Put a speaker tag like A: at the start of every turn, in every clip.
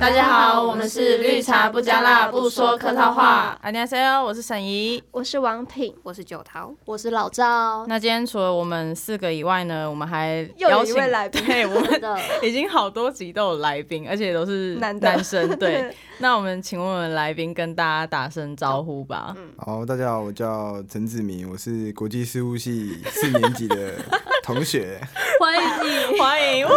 A: 大家好，我们是绿茶不加辣，不说客套话。
B: 안녕하세요，我是沈怡。
C: 我是王品，
D: 我是九桃，
E: 我是老 赵。
B: 那今天除了我们四个以外呢，我们还
C: 又有
B: 邀
C: 一
B: 请
C: 位来宾
B: 对我们
E: 真的
B: 已经好多集都有来宾，而且都是
C: 男的
B: 男生。 对，那我们请我们来宾跟大家打声招呼吧。
A: 嗯
F: 好，大家好，我叫陈子明，我是国际事务系四年级的 同学，
E: 欢迎你，
B: 欢
A: 哦
B: 迎，哇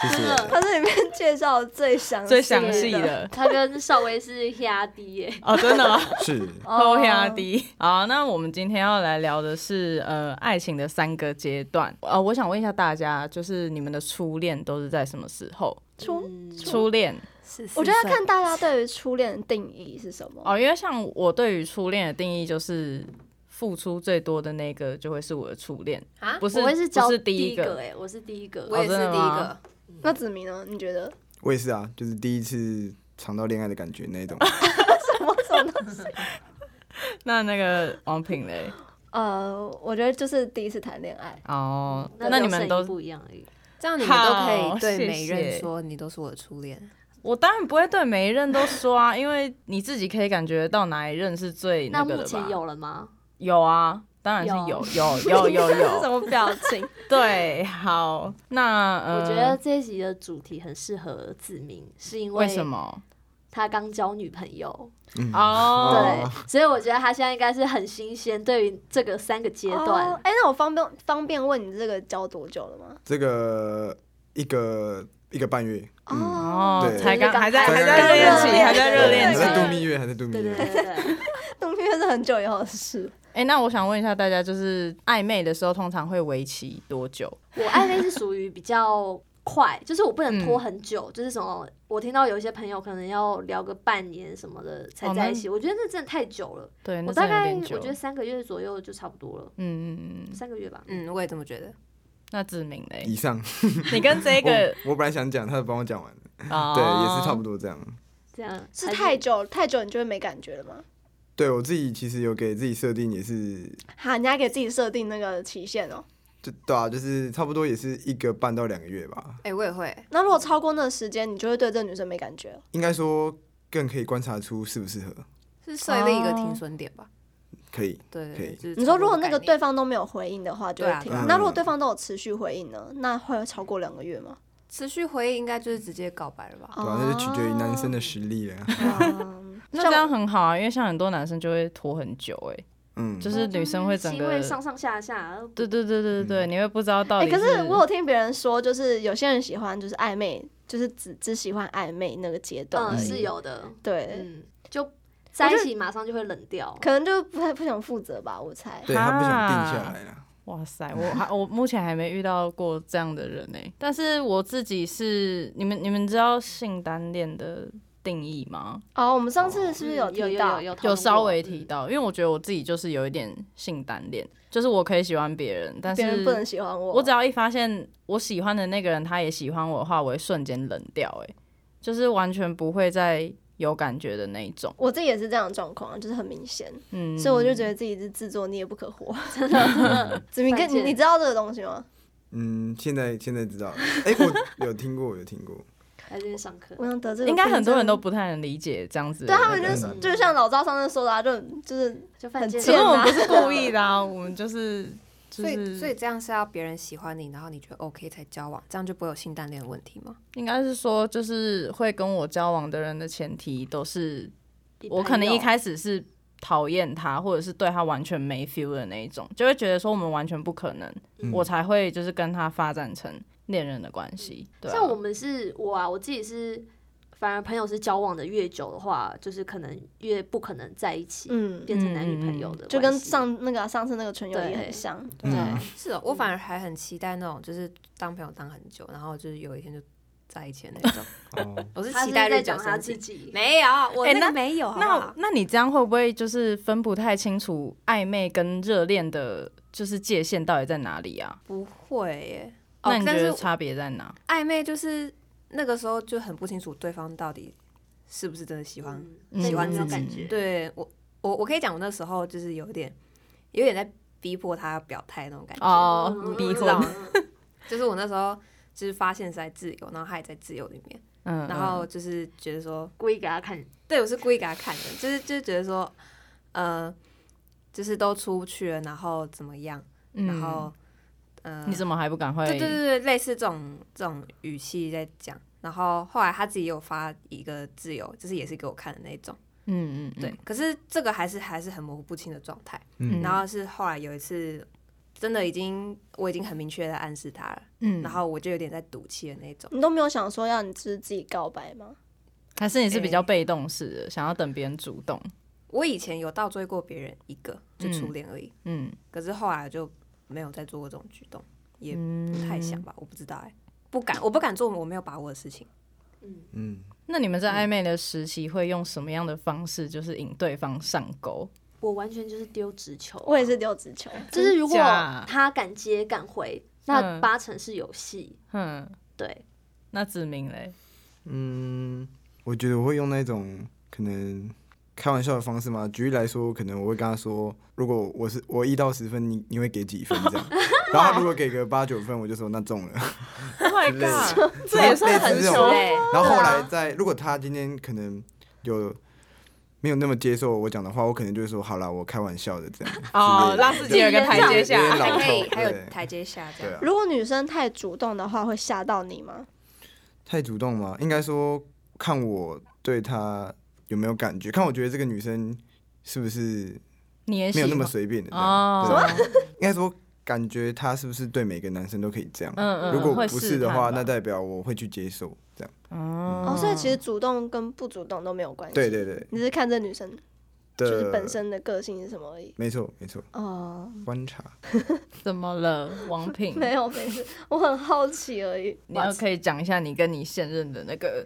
F: 谢谢。
B: 嗯
C: 他是里面介绍的最详
B: 最详细
C: 细的。
B: 的
E: 他跟邵薇是压低耶，
B: 哦，真的吗？
F: 是
A: 哦
B: 后压低。好，那我们今天要来聊的是呃爱情的三个阶段。呃，我想问一下大家，就是你们的初恋都是在什么时候？
C: 初，
B: 初恋
D: 是
C: 我觉得要看大家对于初恋的定义是什么。
B: 哦，因为像我对于初恋的定义就是。付出最多的那个就会是我的初 恋，
D: 啊，
B: 不是
E: 我会是交
B: 不是第
E: 一
B: 一个
E: 个哎，我是第一个，
D: 我也是
B: 哦
D: 第
B: 真
D: 一
B: 的吗
D: 个，
C: 那子明呢？你觉得？
F: 我也是啊，就是第一次尝到恋爱的感觉那一种。
B: 那那个王品嘞，
C: 呃，我觉得就是第一次谈恋爱，
B: 哦，
E: 那
B: 那你
E: 只有剩
B: 们都
E: 一不一样而已。
D: 这样你们都可
B: 好谢
D: 以对每
B: 谢
D: 人说你都是我的初恋。
B: 我当然不会对每一任都说啊，因为你自己可以感觉到哪一任是最
E: 那目
B: 个的吧
E: 前？有了吗？
B: 有啊，当然是有 有有有
C: 是什
B: 有。
C: 么表情？
B: 对，好，那呃，
E: 我觉得这一集的主题很适合子明，是因
B: 为什么？
E: 他刚交女朋友，
B: 哦，
E: 对，所以我觉得他现在应该是很新鲜，对于这个三个阶段
C: 哦，哎、那我方便方便问你这个交多久了吗？
F: 这个一个一个半月，嗯，
B: 哦，
F: 对
B: 才刚还在
E: 才
B: 还
E: 刚
B: 在热恋期，
E: 刚
B: 还在热恋
F: 还
B: 期。
F: 在度蜜月，还在度蜜
E: 对对
F: 月。
E: 对对对，
C: 冬天是很久以后的事。
B: 哎，那我想问一下大家，就是暧昧的时候通常会为期多久？
E: 我暧昧是属于比较快，就是我不能
B: 嗯
E: 拖很久，就是什么，我听到有一些朋友可能要聊个半年什么的才在一起，我觉得那真的太久了。
B: 对，哦那
E: 我大
B: 真的有
E: 概
B: 点
E: 我
B: 久
E: 觉。得三个月左右就差不多了，
B: 嗯，嗯嗯
E: 三个月吧。
D: 嗯，我也这么觉得。
B: 那志明嘞
F: 以，上，
B: 你跟这个
F: 我我本来想讲，他帮我讲完了，
B: 哦
F: 对，也是差不多这样。
E: 这样
C: 是
E: 还
C: 太久太久，你就会没感觉了吗？
F: 对我自己其实有给自己设定，也是
C: 哈，你还给自己设定那个期限哦。
F: 就对啊，就是差不多也是一个半到两个月吧。
D: 哎，我也会。
C: 那如果超过那个时间，你就会对这个女生没感觉了。
F: 应该说更可以观察出适不适合，
D: 是设立一个停损点吧？
F: 可以。
D: 对
F: 可
D: 对，
F: 以
D: 就是
C: 你说
D: 差不
C: 如
D: 多
C: 果那个
D: 概
C: 对
D: 念
C: 方都没有回应的话，就会
D: 对啊
C: 停。
F: 对啊
C: 那如果对方都有持续回应呢？那会超过两个月吗？
D: 持续回应，应该就是直接告白了吧？
F: 对啊，那就取决于男生的实力啊了。
C: 嗯
B: 那
C: 像
B: 这样很好啊，因为像很多男生就会拖很久，哎，
F: 嗯，
B: 就是女生会整
E: 是因
B: 个
E: 为，上上下下，
B: 对对对对对
F: 嗯
B: 对，你会不知道到
C: 哎、
B: 底。
C: 可是我有听别人说，就是有些人喜欢就是暧昧，就是只只喜欢暧昧那个阶段而
E: 嗯，
C: 已。
E: 是有的，
C: 对，
E: 嗯，就在一起马上就会冷掉。
C: 可能就不太不想负责吧，我猜。
F: 对他不想定下来啊了。
B: 哇塞，我还我目前还没遇到过这样的人呢、欸但是我自己是，你们你们知道性单恋的定义吗？
C: 哦，我们上次是不
E: 嗯
C: 是
E: 有有
C: 提
E: 有
C: 到？
E: 有讨论
B: 有稍
E: 过嗯
B: 微提到，因为我觉得我自己就是有一点性单恋，就是我可以喜欢别人，但是
C: 别人不能喜欢我，
B: 我只要一发现我喜欢的那个人他也喜欢我的话，我会瞬间冷掉、欸，就是完全不会再有感觉的那一种。
C: 我自己也是这样的状况，就是很明显，
B: 嗯，
C: 所以我就觉得自己是自作孽不可 活。
E: 嗯
C: 子明哥，
E: 犯
C: 你
E: 贱
C: 你知道这个东西吗？
F: 嗯，现在现在知道了。哎、我有听过，有听过。
E: 来这边上课
C: 我，想得这个
B: 应该很多人都
C: 病
B: 不太能理解这样子的
C: 症对
B: 那
C: 他们
B: 个。
C: 就是就像老赵上次说的、啊，就就是
E: 就犯贱
B: 可
C: 很
B: 是
C: 贱
B: 我
C: 啊
B: 们不是故意的 啊，我们就是就
D: 所以，
B: 是，
D: 所以这样是要别人喜欢你，然后你觉得 OK 才交往，这样就不会有性单恋的问题吗？
B: 应该是说，就是会跟我交往的人的前提都是
E: 比
B: 我
E: 朋
B: 可能一
E: 友
B: 开始是讨厌他，或者是对他完全没 feel 的那一种，就会觉得说我们完全不可能，
F: 嗯
B: 我才会就是跟他发展成恋人的关系。对啊、
E: 像我们是我啊，我自己是，反而朋友是交往的越久的话，就是可能越不可能在一起，
C: 嗯，
E: 变成男女朋友的关系，
C: 就跟上那个啊、上次那个唇友也
E: 对
C: 很像。
E: 对、
F: 嗯
D: 是哦，我反而还很期待那种就是当朋友当很久，然后就是有一天就在一起的那 种。
F: 哦，
D: 我是
E: 他
D: 期
E: 是
D: 待
E: 在
D: 日久
E: 讲他
D: 生
E: 自
D: 情。
E: 己，
D: 没有，我
B: 哎
D: 那
B: 那
D: 个没有。好不啊
B: 那
D: 好
B: 那你这样会不会就是分不太清楚暧昧跟热恋的，就是界限到底在哪里啊？
D: 不会耶。哦
B: 那你觉
D: 但是
B: 得差别在哪？
D: 暧昧就是那个时候就很不清楚对方到底是不是真的喜欢。
E: 嗯
D: 喜欢
E: 那种
D: 自己
E: 感觉，
D: 对我，我我可以讲，我那时候就是有点有点在逼迫他表态那种感觉。
B: 哦
E: 嗯，
B: 逼
D: 你知
B: 婚
D: 道吗？就是我那时候就是发现是在自由，然后他也在自由里面，
B: 嗯，
D: 然后就是觉得说，
E: 故意给他看，
D: 对我是故意给他看的，就是就是觉得说，呃，就是都出去了，然后怎么样，
B: 嗯
D: 然后，嗯、
B: 嗯你怎么还不赶快？
D: 对对对对，类似这种这种语气在讲。然后后来他自己也有发一个自由，就是也是给我看的那种，
B: 嗯嗯，嗯
D: 对。，可是这个还是还是很模糊不清的状态。
B: 嗯
D: 然后是后来有一次，真的已经我已经很明确的暗示他了，
B: 嗯，
D: 然后我就有点在赌气的那种。
C: 你都没有想说要你就是自己告白吗？
B: 还是你是比较被动式的，想要等别人主动，
D: 我以前有倒追过别人一个，就初
B: 嗯
D: 恋而已，
B: 嗯，
D: 可是后来就没有再做过这种举动，也
B: 嗯
D: 不太想吧，我不知道哎、不敢，我不敢做我没有把握的事情。
F: 嗯，
B: 那你们在暧昧的时期会用什么样的方式，就是引对方上钩？
E: 我完全就是丢直球，啊
C: 我也是丢直球，
E: 就是如果
B: 真假
E: 他敢接敢回，
B: 嗯
E: 那八成是有戏。
B: 哼，
E: 对，
B: 那子明嘞，
F: 嗯，我觉得我会用那种可能开玩笑的方式嘛。举例来说，可能我会跟他说，如果我是我一到十分，你你会给几分这样？然后他如果给个八九分，我就说那中了。
B: Oh my
F: 类似
B: god，这也算很
F: 类似这
B: 球
F: 种
D: 对，
F: 然后后来在如果他今天可能有没有那么接受我讲的话，我可能就会说好啦，我开玩笑的这样之类的。
B: 哦，让自己有一个台阶
F: 有
B: 下
F: 点。老
D: 还可以
F: 套
D: 还有
F: 对
D: 台阶下这
F: 对啊，
D: 样。
C: 如果女生太主动的话，会吓到你吗？
F: 太主动吗？应该说看我对他有没有感觉，看我觉得这个女生是不是
B: 你也喜
F: 没有
B: 欢
F: 那么随便的这样
B: 哦，
F: 对啊应该说感觉他是不是对每个男生都可以这样？
B: 嗯嗯
F: 如果
B: 会
F: 不
B: 试
F: 是的话，
B: 探吧
F: 那嗯代表我会去接受这样。
B: 哦
C: 哦，所以其实主动跟不主动都没有
B: 嗯
C: 关系。
F: 对对对，
C: 你是看这女生就
F: 的
C: 是本身的个性是什么而已。
F: 没错没错，
C: 哦，
F: 观 察。
B: 怎么了，王品？
C: 没有没事，我很好奇而已。
B: 你要可以讲一下你跟你现任的那个，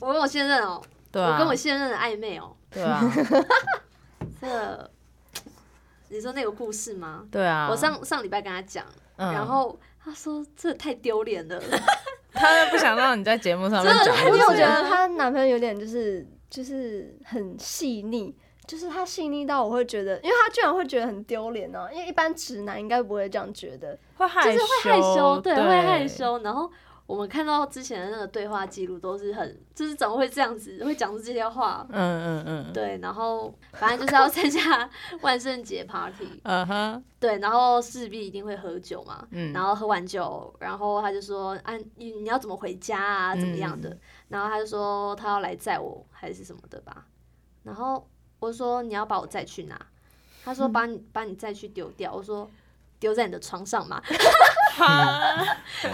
E: 我跟我现任哦、
B: 对啊，
E: 我跟我现任的暧昧哦、
B: 对啊，
E: 这你说那个故事吗？
B: 对啊，
E: 我上上礼拜跟他讲，
B: 嗯
E: 然后他说这太丢脸了，
B: 他不想让你在节目上面讲，
C: 因为我觉得她男朋友有点就是就是很细腻，就是他细腻到我会觉得，因为他居然会觉得很丢脸呢。因为一般直男应该不会这样觉得。
B: 会害羞，
E: 会害羞，对，
B: 对，
E: 会害。羞。然后我们看到之前的那个对话记录都是很，就是怎么会这样子，会讲出这些话？
B: 嗯嗯嗯，，
E: 对，然后反正就是要参加 万圣节 party，
B: 嗯哼，
E: 对，然后势必一定会喝酒嘛，
B: 嗯
E: 然后喝完酒，然后他就说啊，你你要怎么回家啊，怎么样
B: 嗯
E: 的？然后他就说他要来载我还是什么的吧。然后我就说你要把我载去哪？他
B: 嗯
E: 说把你、把你载去丢掉。我说丢在你的床上嘛，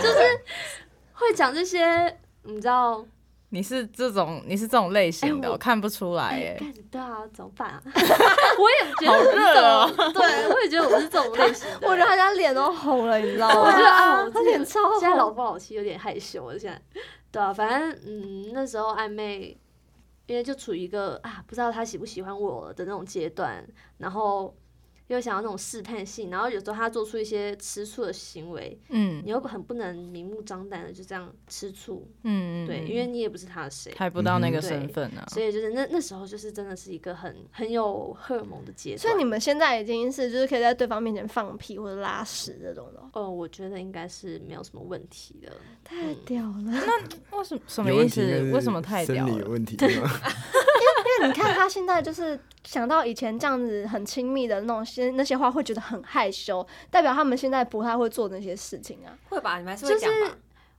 F: 就是
E: 会讲这些，你知道？
B: 你是这种，你是这种类型的，
E: 哎我
B: 我看不出来
E: 哎
B: 耶，，
E: 干对啊，怎么办啊？ 我也觉得
B: 好
E: 我是
B: 热哦
E: 这种，对，我也觉得我是这种类型 的。
C: 我觉得他家脸都红了，你知道吗？
E: 我觉得啊，我
C: 哦他
E: 自己
C: 脸超
E: 现在老
C: 红。
E: 夫老妻有点害羞了，现在，对啊，反正嗯，那时候暧昧，因为就处于一个啊不知道他喜不喜欢我的那种阶段，然后又想要那种试探性，然后有时候他做出一些吃醋的行为，
B: 嗯
E: 你又很不能明目张胆的就这样吃醋，
B: 嗯嗯，
E: 对，因为你也不是他的谁。
B: 还不到那个身份呢，
E: 所以就是那那时候就是真的是一个很很有荷尔蒙的阶段，
C: 所以你们现在已经是就是可以在对方面前放屁或者拉屎这种的，
E: 哦，我觉得应该是没有什么问题的。
C: 太屌了！
B: 为什么什么意思？为什么太屌
F: 生理有
B: 了？
F: 问题吗？
C: 因为你看他现在就是想到以前这样子很亲密的那种些那些话，会觉得很害羞，代表他们现在不太会做那些事情啊，
D: 会吧？你们还是
E: 就
D: 会
E: 是
D: 讲吧？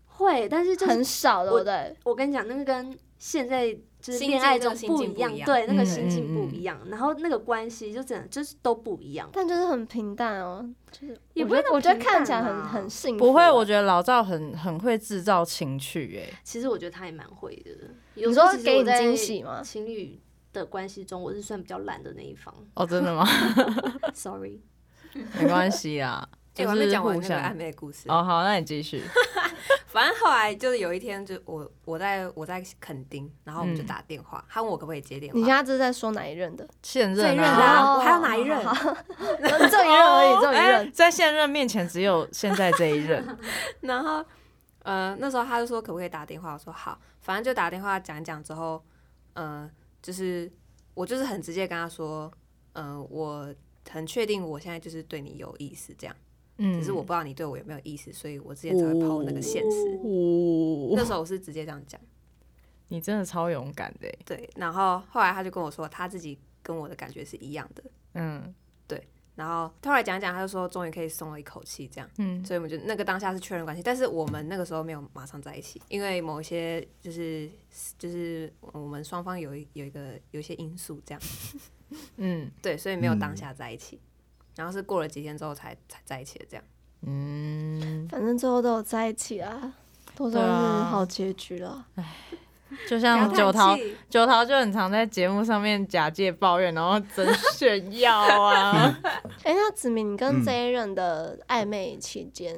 E: 会，但是就是
C: 很少，对不对？
E: 我跟你讲，那个跟现在就是
D: 心
E: 恋
D: 境
E: 爱
D: 那个
E: 中
D: 心
E: 不
D: 境
E: 一
D: 不
E: 样
D: 一，样
E: 对，那个
B: 嗯
E: 心境
B: 嗯
E: 不
B: 嗯
E: 一样，然后那个关系就真的就是都不一样。
C: 但就是很平淡哦，就是
E: 也
C: 我
E: 不会
C: 觉得
E: 那么
C: 我觉得
E: 平
C: 看起来
E: 淡啊
C: 很
E: 啦
C: 很幸福啊。
B: 不会，我觉得老赵很很会制造情趣，哎，
E: 其实我觉得他也蛮会的，有
C: 你
E: 时候
C: 说
E: 其实
C: 给
E: 我
C: 你
E: 在
C: 惊喜吗？
E: 情侣的关系中，我是算比较懒的那一方
B: 哦，真的吗？
E: ，sorry。
B: 没关系 啊，就
D: 哎、我还没
B: 是
D: 讲完
B: 互
D: 那个暧
B: 相。
D: 昧的故事。
B: 哦，好，那你继 续。
D: 反正后来就是有一天，就我我在我在垦丁，然后我们就
B: 嗯
D: 打电话，他问我可不可以接电
C: 你现
D: 话。
C: 在这是在说哪一任 的？
B: 现任
D: 这一任的
B: 啊，哦
D: 啊，
C: 哦
D: 我还有哪一任？
C: 就哦一任而已，就一
B: 哎
C: 任。
B: 在现任面前只有现在这一任。
D: 然后呃，那时候他就说可不可以打电话，我说好，反正就打电话讲一讲之后，呃，就是我就是很直接跟他说，呃，我很确定我现在就是对你有意思这样。
B: 嗯
D: 只是我不知道你对我有没有意思，所以我之前才会抛那个现实。
B: 哦
D: 那时候我是直接这样讲，
B: 嗯你真的超勇敢的欸，
D: 对。然后后来他就跟我说，他自己跟我的感觉是一样的。
B: 嗯
D: 然后后来讲一讲，他就说终于可以松了一口气，这样。
B: 嗯
D: 所以我们就那个当下是确认关系，但是我们那个时候没有马上在一起，因为某一些就是就是我们双方有一有一个有一些因素这样，
B: 嗯
D: 对，所以没有
F: 嗯
D: 当下在一起，然后是过了几天之后才才在一起的这样。
B: 嗯，
C: 反正最后都有在一起啊，都算
B: 对
C: 是
B: 啊
C: 好结局了。
B: 就
D: 不要
B: 像
D: 叹
B: 九桃
D: 气
B: 九桃就很常在节目上面假借抱怨，然后真炫耀 啊，
C: 哎、那子明，你跟
F: 嗯
C: J 人的暧昧期间，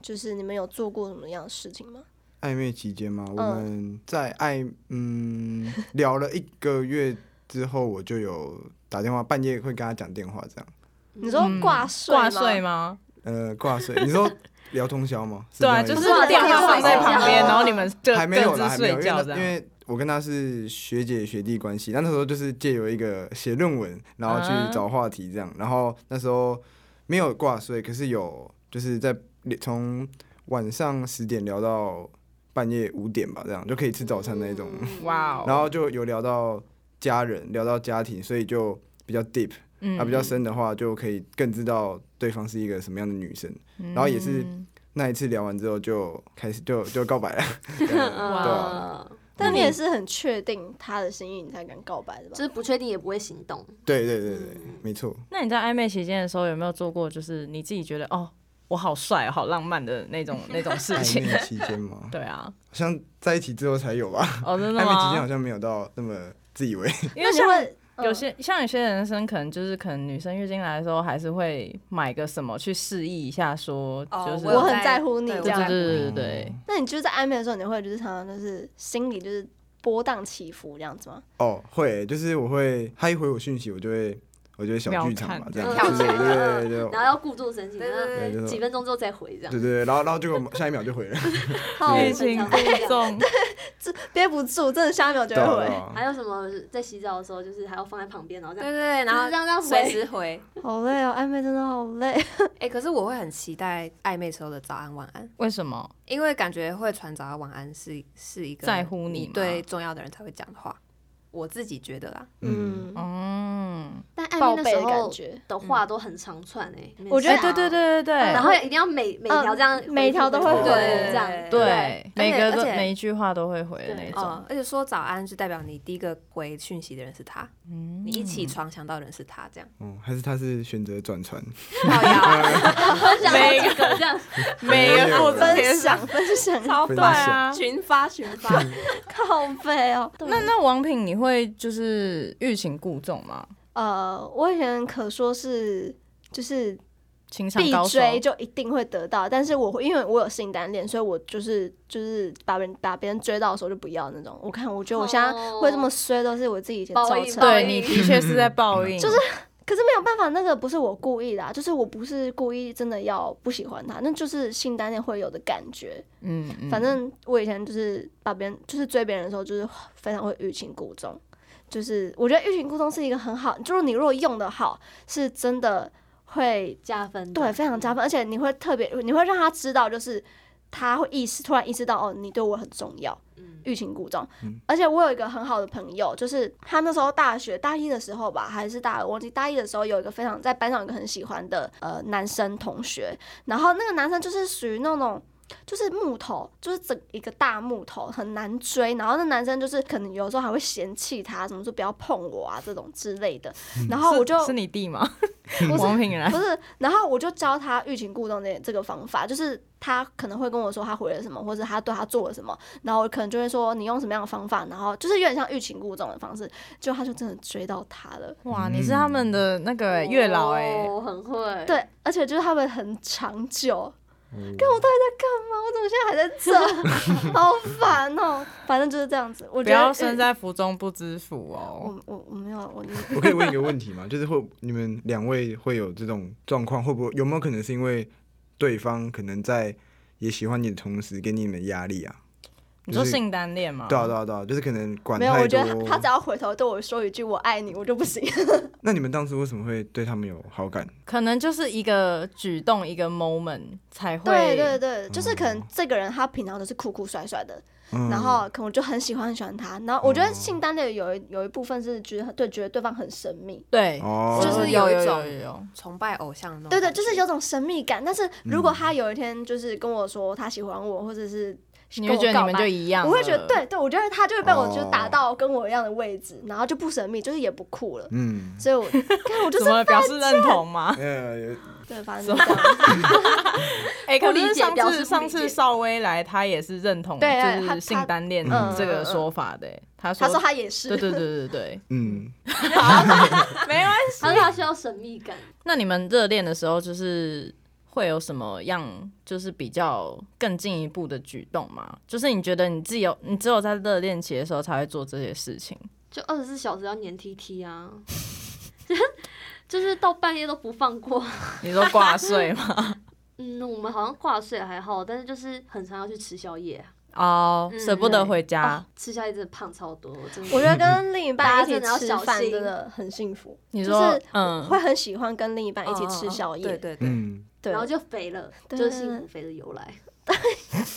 C: 就是你们有做过什么样的事情吗？
F: 暧昧期间嘛，
B: 嗯
F: 我们在暧嗯聊了一个月之后，我就有打电话，半夜会跟他讲电话这样。
C: 你说
B: 嗯
C: 挂睡
B: 挂
C: 吗？
B: 睡吗？
F: 呃，挂 睡，你说聊通宵吗？
B: 对啊，
F: 这
B: 就
F: 样
B: 是
C: 挂
F: 意思
B: 电话放在旁边，
C: 挂
B: 然后你们就
F: 还没有
B: 各
F: 啦，
B: 自
F: 还没有，
B: 睡
F: 因为
B: 觉这
F: 那因
B: 样。
F: 为我跟他是学姐学弟关系，那那时候就是借由一个写论文，然后
B: 啊
F: 去找话题这样，然后那时候没有挂睡，可是有就是在从晚上十点聊到半夜五点吧，这样就可以吃早餐那一种，
E: 嗯
B: 哇哦，
F: 然后就有聊到家人，聊到家庭，所以就比较 deep
B: 嗯
F: 啊，比较深的话就可以更知道对方是一个什么样的女生。然后也是
B: 嗯
F: 那一次聊完之后就开始就就告白了，
B: 哇
F: 对啊
E: 呃，
C: 但你也是很确定他的心意，你才敢告白的吧
E: 就？是不确定也不会行动。
F: 对对对对，没错。
B: 那你在暧昧期间的时候有没有做过，就是你自己觉得哦，我好帅、好浪漫的那种那种事
F: 暧
B: 情？
F: 昧期间吗？
B: 对啊，
F: 好像在一起之后才有吧？
B: 哦，真
F: 暧
B: 的
F: 昧期间好
B: 吗？
F: 像没有到那么自以为。
B: 因为
C: 你
B: 像
C: 会
B: 有些像有些人生可能就是可能女生月经来的时候还是会买个什么去示意一下，说
D: 哦
B: 就是
D: 我有
C: 我很在乎你
D: 对我
C: 这
B: 对对
C: 样
D: 在乎
B: 对对对，
C: 嗯那你就是在暧昧的时候，你会就是常常就是心里就是波荡起伏这样子吗？
F: 哦，会，就是我会，他一回我讯息，我就会，我就会小剧场嘛，这样，
E: 跳
F: 就
E: 起
F: 是
E: 来
F: 对对对
E: 然后要故作神经，
D: 对
E: 然后
D: 对
F: 对，
D: 对，
F: 就
E: 几
F: 是
E: 分钟之后再回这样
F: 对对。对，然后然后结果下一秒就回了，
E: 好
B: 欲擒
E: 很常会这
B: 故
E: 样
B: 纵，
C: 憋不住，真的下一秒就
F: 对啊
C: 会
F: 对
C: 回，
E: 还
F: 啊
E: 有什么在洗澡的时候，就是还要放在旁边，然后这
D: 对
E: 样，
D: 对对，然
E: 就是
D: 后
E: 这样这样
D: 随
E: 回。
D: 时回。
C: 好累哦，暧昧真的好累。
D: 哎，可是我会很期待暧昧时候的早安晚安，
B: 为什么？
D: 因为感觉会传早安晚安是是一个
B: 在乎你吗
D: 对重要的人才会讲的话，我自己觉得啦。
F: 嗯，
C: 嗯，
B: 嗯，
E: 但
C: 报
E: 暧昧那
C: 备
E: 时
C: 的感
E: 候
C: 觉。
E: 的话都很长串哎，
C: 我觉得嗯
E: 哎
B: 对对，对对
E: 然
B: 对
E: 后一定要每每条这样回复，
C: 每条都会
F: 回
E: 对这样
D: 对
B: 对，每个
D: 而
B: 都
D: 且
B: 每一句话都会回的那
E: 对
B: 种
D: 哦，，而且说早安就代表你第一个回讯息的人是他，
B: 嗯
D: 你一起床想到的人是他，这样。
F: 哦，还是他是选择转传，
D: 靠 呀，
E: 分享好几个这样，
B: 每
F: 没
B: 个
F: 有
B: 复制
C: 分
B: 贴
C: 享分享，
B: 超
F: 分
B: 对啊，
D: 群发群发，
C: 靠背哦。
B: 那那王品，你会就是欲擒故纵吗？
C: 呃，我以前可说是就是
B: 情场
C: 必
B: 高手，
C: 追就一定会得到，但是我会因为我有性单恋，所以我就是就是把人把别人追到的时候就不要那种。我看，我觉得我现在会这么衰，都是我自己以前造
E: 报应
C: 成的。
E: 报
B: 哦对
E: 应
B: 你的确是在报应，就是
C: 可是没有办法，那个不是我故意的、啊，就是我不是故意真的要不喜欢他，那就是性单恋会有的感觉。
B: 嗯，嗯
C: 反正我以前就是把别人就是追别人的时候，就是非常会欲擒故纵。就是我觉得欲擒故纵是一个很好，就是你如果用的好，是真的会
E: 加分的，
C: 对非常加分，而且你会特别你会让他知道，就是他会意识突然意识到哦，你对我很重要。
E: 嗯，
C: 欲擒故纵
F: 嗯。
C: 而且我有一个很好的朋友，就是他那时候大学大一的时候吧，还是大二，忘记大一的时候有一个非常在班上有一个很喜欢的呃男生同学，然后那个男生就是属于那种。就是木头，就是整一个大木头，很难追。然后那男生就是可能有时候还会嫌弃他，什么说不要碰我啊这种之类的。然后我就是
B: 是你弟吗？
C: 不是
B: 王品然
C: 不是，然后我就教他欲擒故纵这这个方法，就是他可能会跟我说他回了什么，或者他对他做了什么，然后我可能就会说你用什么样的方法，然后就是有点像欲擒故纵的方式，就他就真的追到他了。
B: 哇，你是他们的那个月老
C: 欸
B: 哎，
E: 我哦很会，
C: 对，而且就是他们很长久。跟我到底在干嘛？我怎么现在还 在这？好烦哦、反正就是这样子。
B: 不
C: 我觉得呃
B: 要身在福中不知福哦。
C: 我我我没有我
F: 我可以问一个问题吗？就是 会你们两位会有这种状况，会不会有没有可能是因为对方可能在也喜欢你的同时给你们压力啊？
B: 你说
F: 就是
B: 性单恋吗？
F: 对啊对啊对啊，就是可能管
C: 没有，我
F: 太
C: 觉得
F: 多。
C: 他他只要回头对我说一句“我爱你”，我就不行。
F: 那你们当初为什么会对他们有好感？
B: 可能就是一个举动，一个 moment 才会。
C: 对对对，就是可能这个人他平常都是酷酷帅帅的，
F: 嗯
C: 然后可能我就很喜欢很喜欢他。然后我觉
F: 哦
C: 得性单恋有一有一部分是觉得对觉得对方很神秘，
B: 对，
F: 哦，
D: 就是
B: 有
D: 有
B: 有
D: 一种
B: 有有
D: 崇拜偶像
B: 哦
D: 的那种
C: 对
D: 感
C: 对，
D: 觉，
C: 就是有种神秘感。但是
F: 嗯
C: 如果他有一天就是跟我说他喜欢我，或者是
B: 你
C: 跟
B: 会
C: 我
B: 觉得
C: 告
B: 你们
C: 白
B: 就一样了，
C: 我会觉得对对，我觉得他就会被我就
F: 哦
C: 打到跟我一样的位置，然后就不神秘，就是也不酷了。
F: 嗯，
C: 所以我， 看我就
B: 怎
C: 是
B: 么表示认同吗？
F: 呃，有
C: 对，反正就这样。
B: 哎、可
E: 不理
B: 是
E: 解
B: 上
E: 表
B: 次
E: 示不
B: 上
E: 理
B: 次
E: 解
B: 邵薇来，她也是认同
C: 对哎
B: 就
C: 她
B: 是性
C: 她
B: 单恋
F: 嗯
B: 这个说法的、她
C: 他
B: 说
C: 说他也是，
B: 对对对对对，
F: 嗯，
B: 没关系。
E: 他说他需要神秘感，
B: 那你们热恋的时候，就是会有什么样，就是比较更进一步的举动吗？就是你觉得你自己有，你只有在热恋期的时候才会做这些事情。
E: 就二十四小时要黏 T T 啊，就是到半夜都不放过。
B: 你说挂睡吗？
E: 嗯，我们好像挂睡还好，但是就是很常要去吃宵夜啊，
B: 哦，
D: 嗯
B: 舍不得回家。
E: 哦吃宵夜真的胖超多，我真的。
C: 我觉得跟另一半一
E: 大家真
C: 起
E: 的要
C: 吃
E: 小
C: 饭
E: 心
C: 真的很幸福，
B: 你
C: 就
B: 说
C: 是
B: 嗯
C: 会很喜欢跟另一半一起
D: 嗯
C: 吃
D: 嗯嗯
C: 宵
D: 对
C: 夜，
D: 对对。
F: 嗯，
C: 对
E: 然后就肥了，
C: 对
E: 就是幸福肥的由来。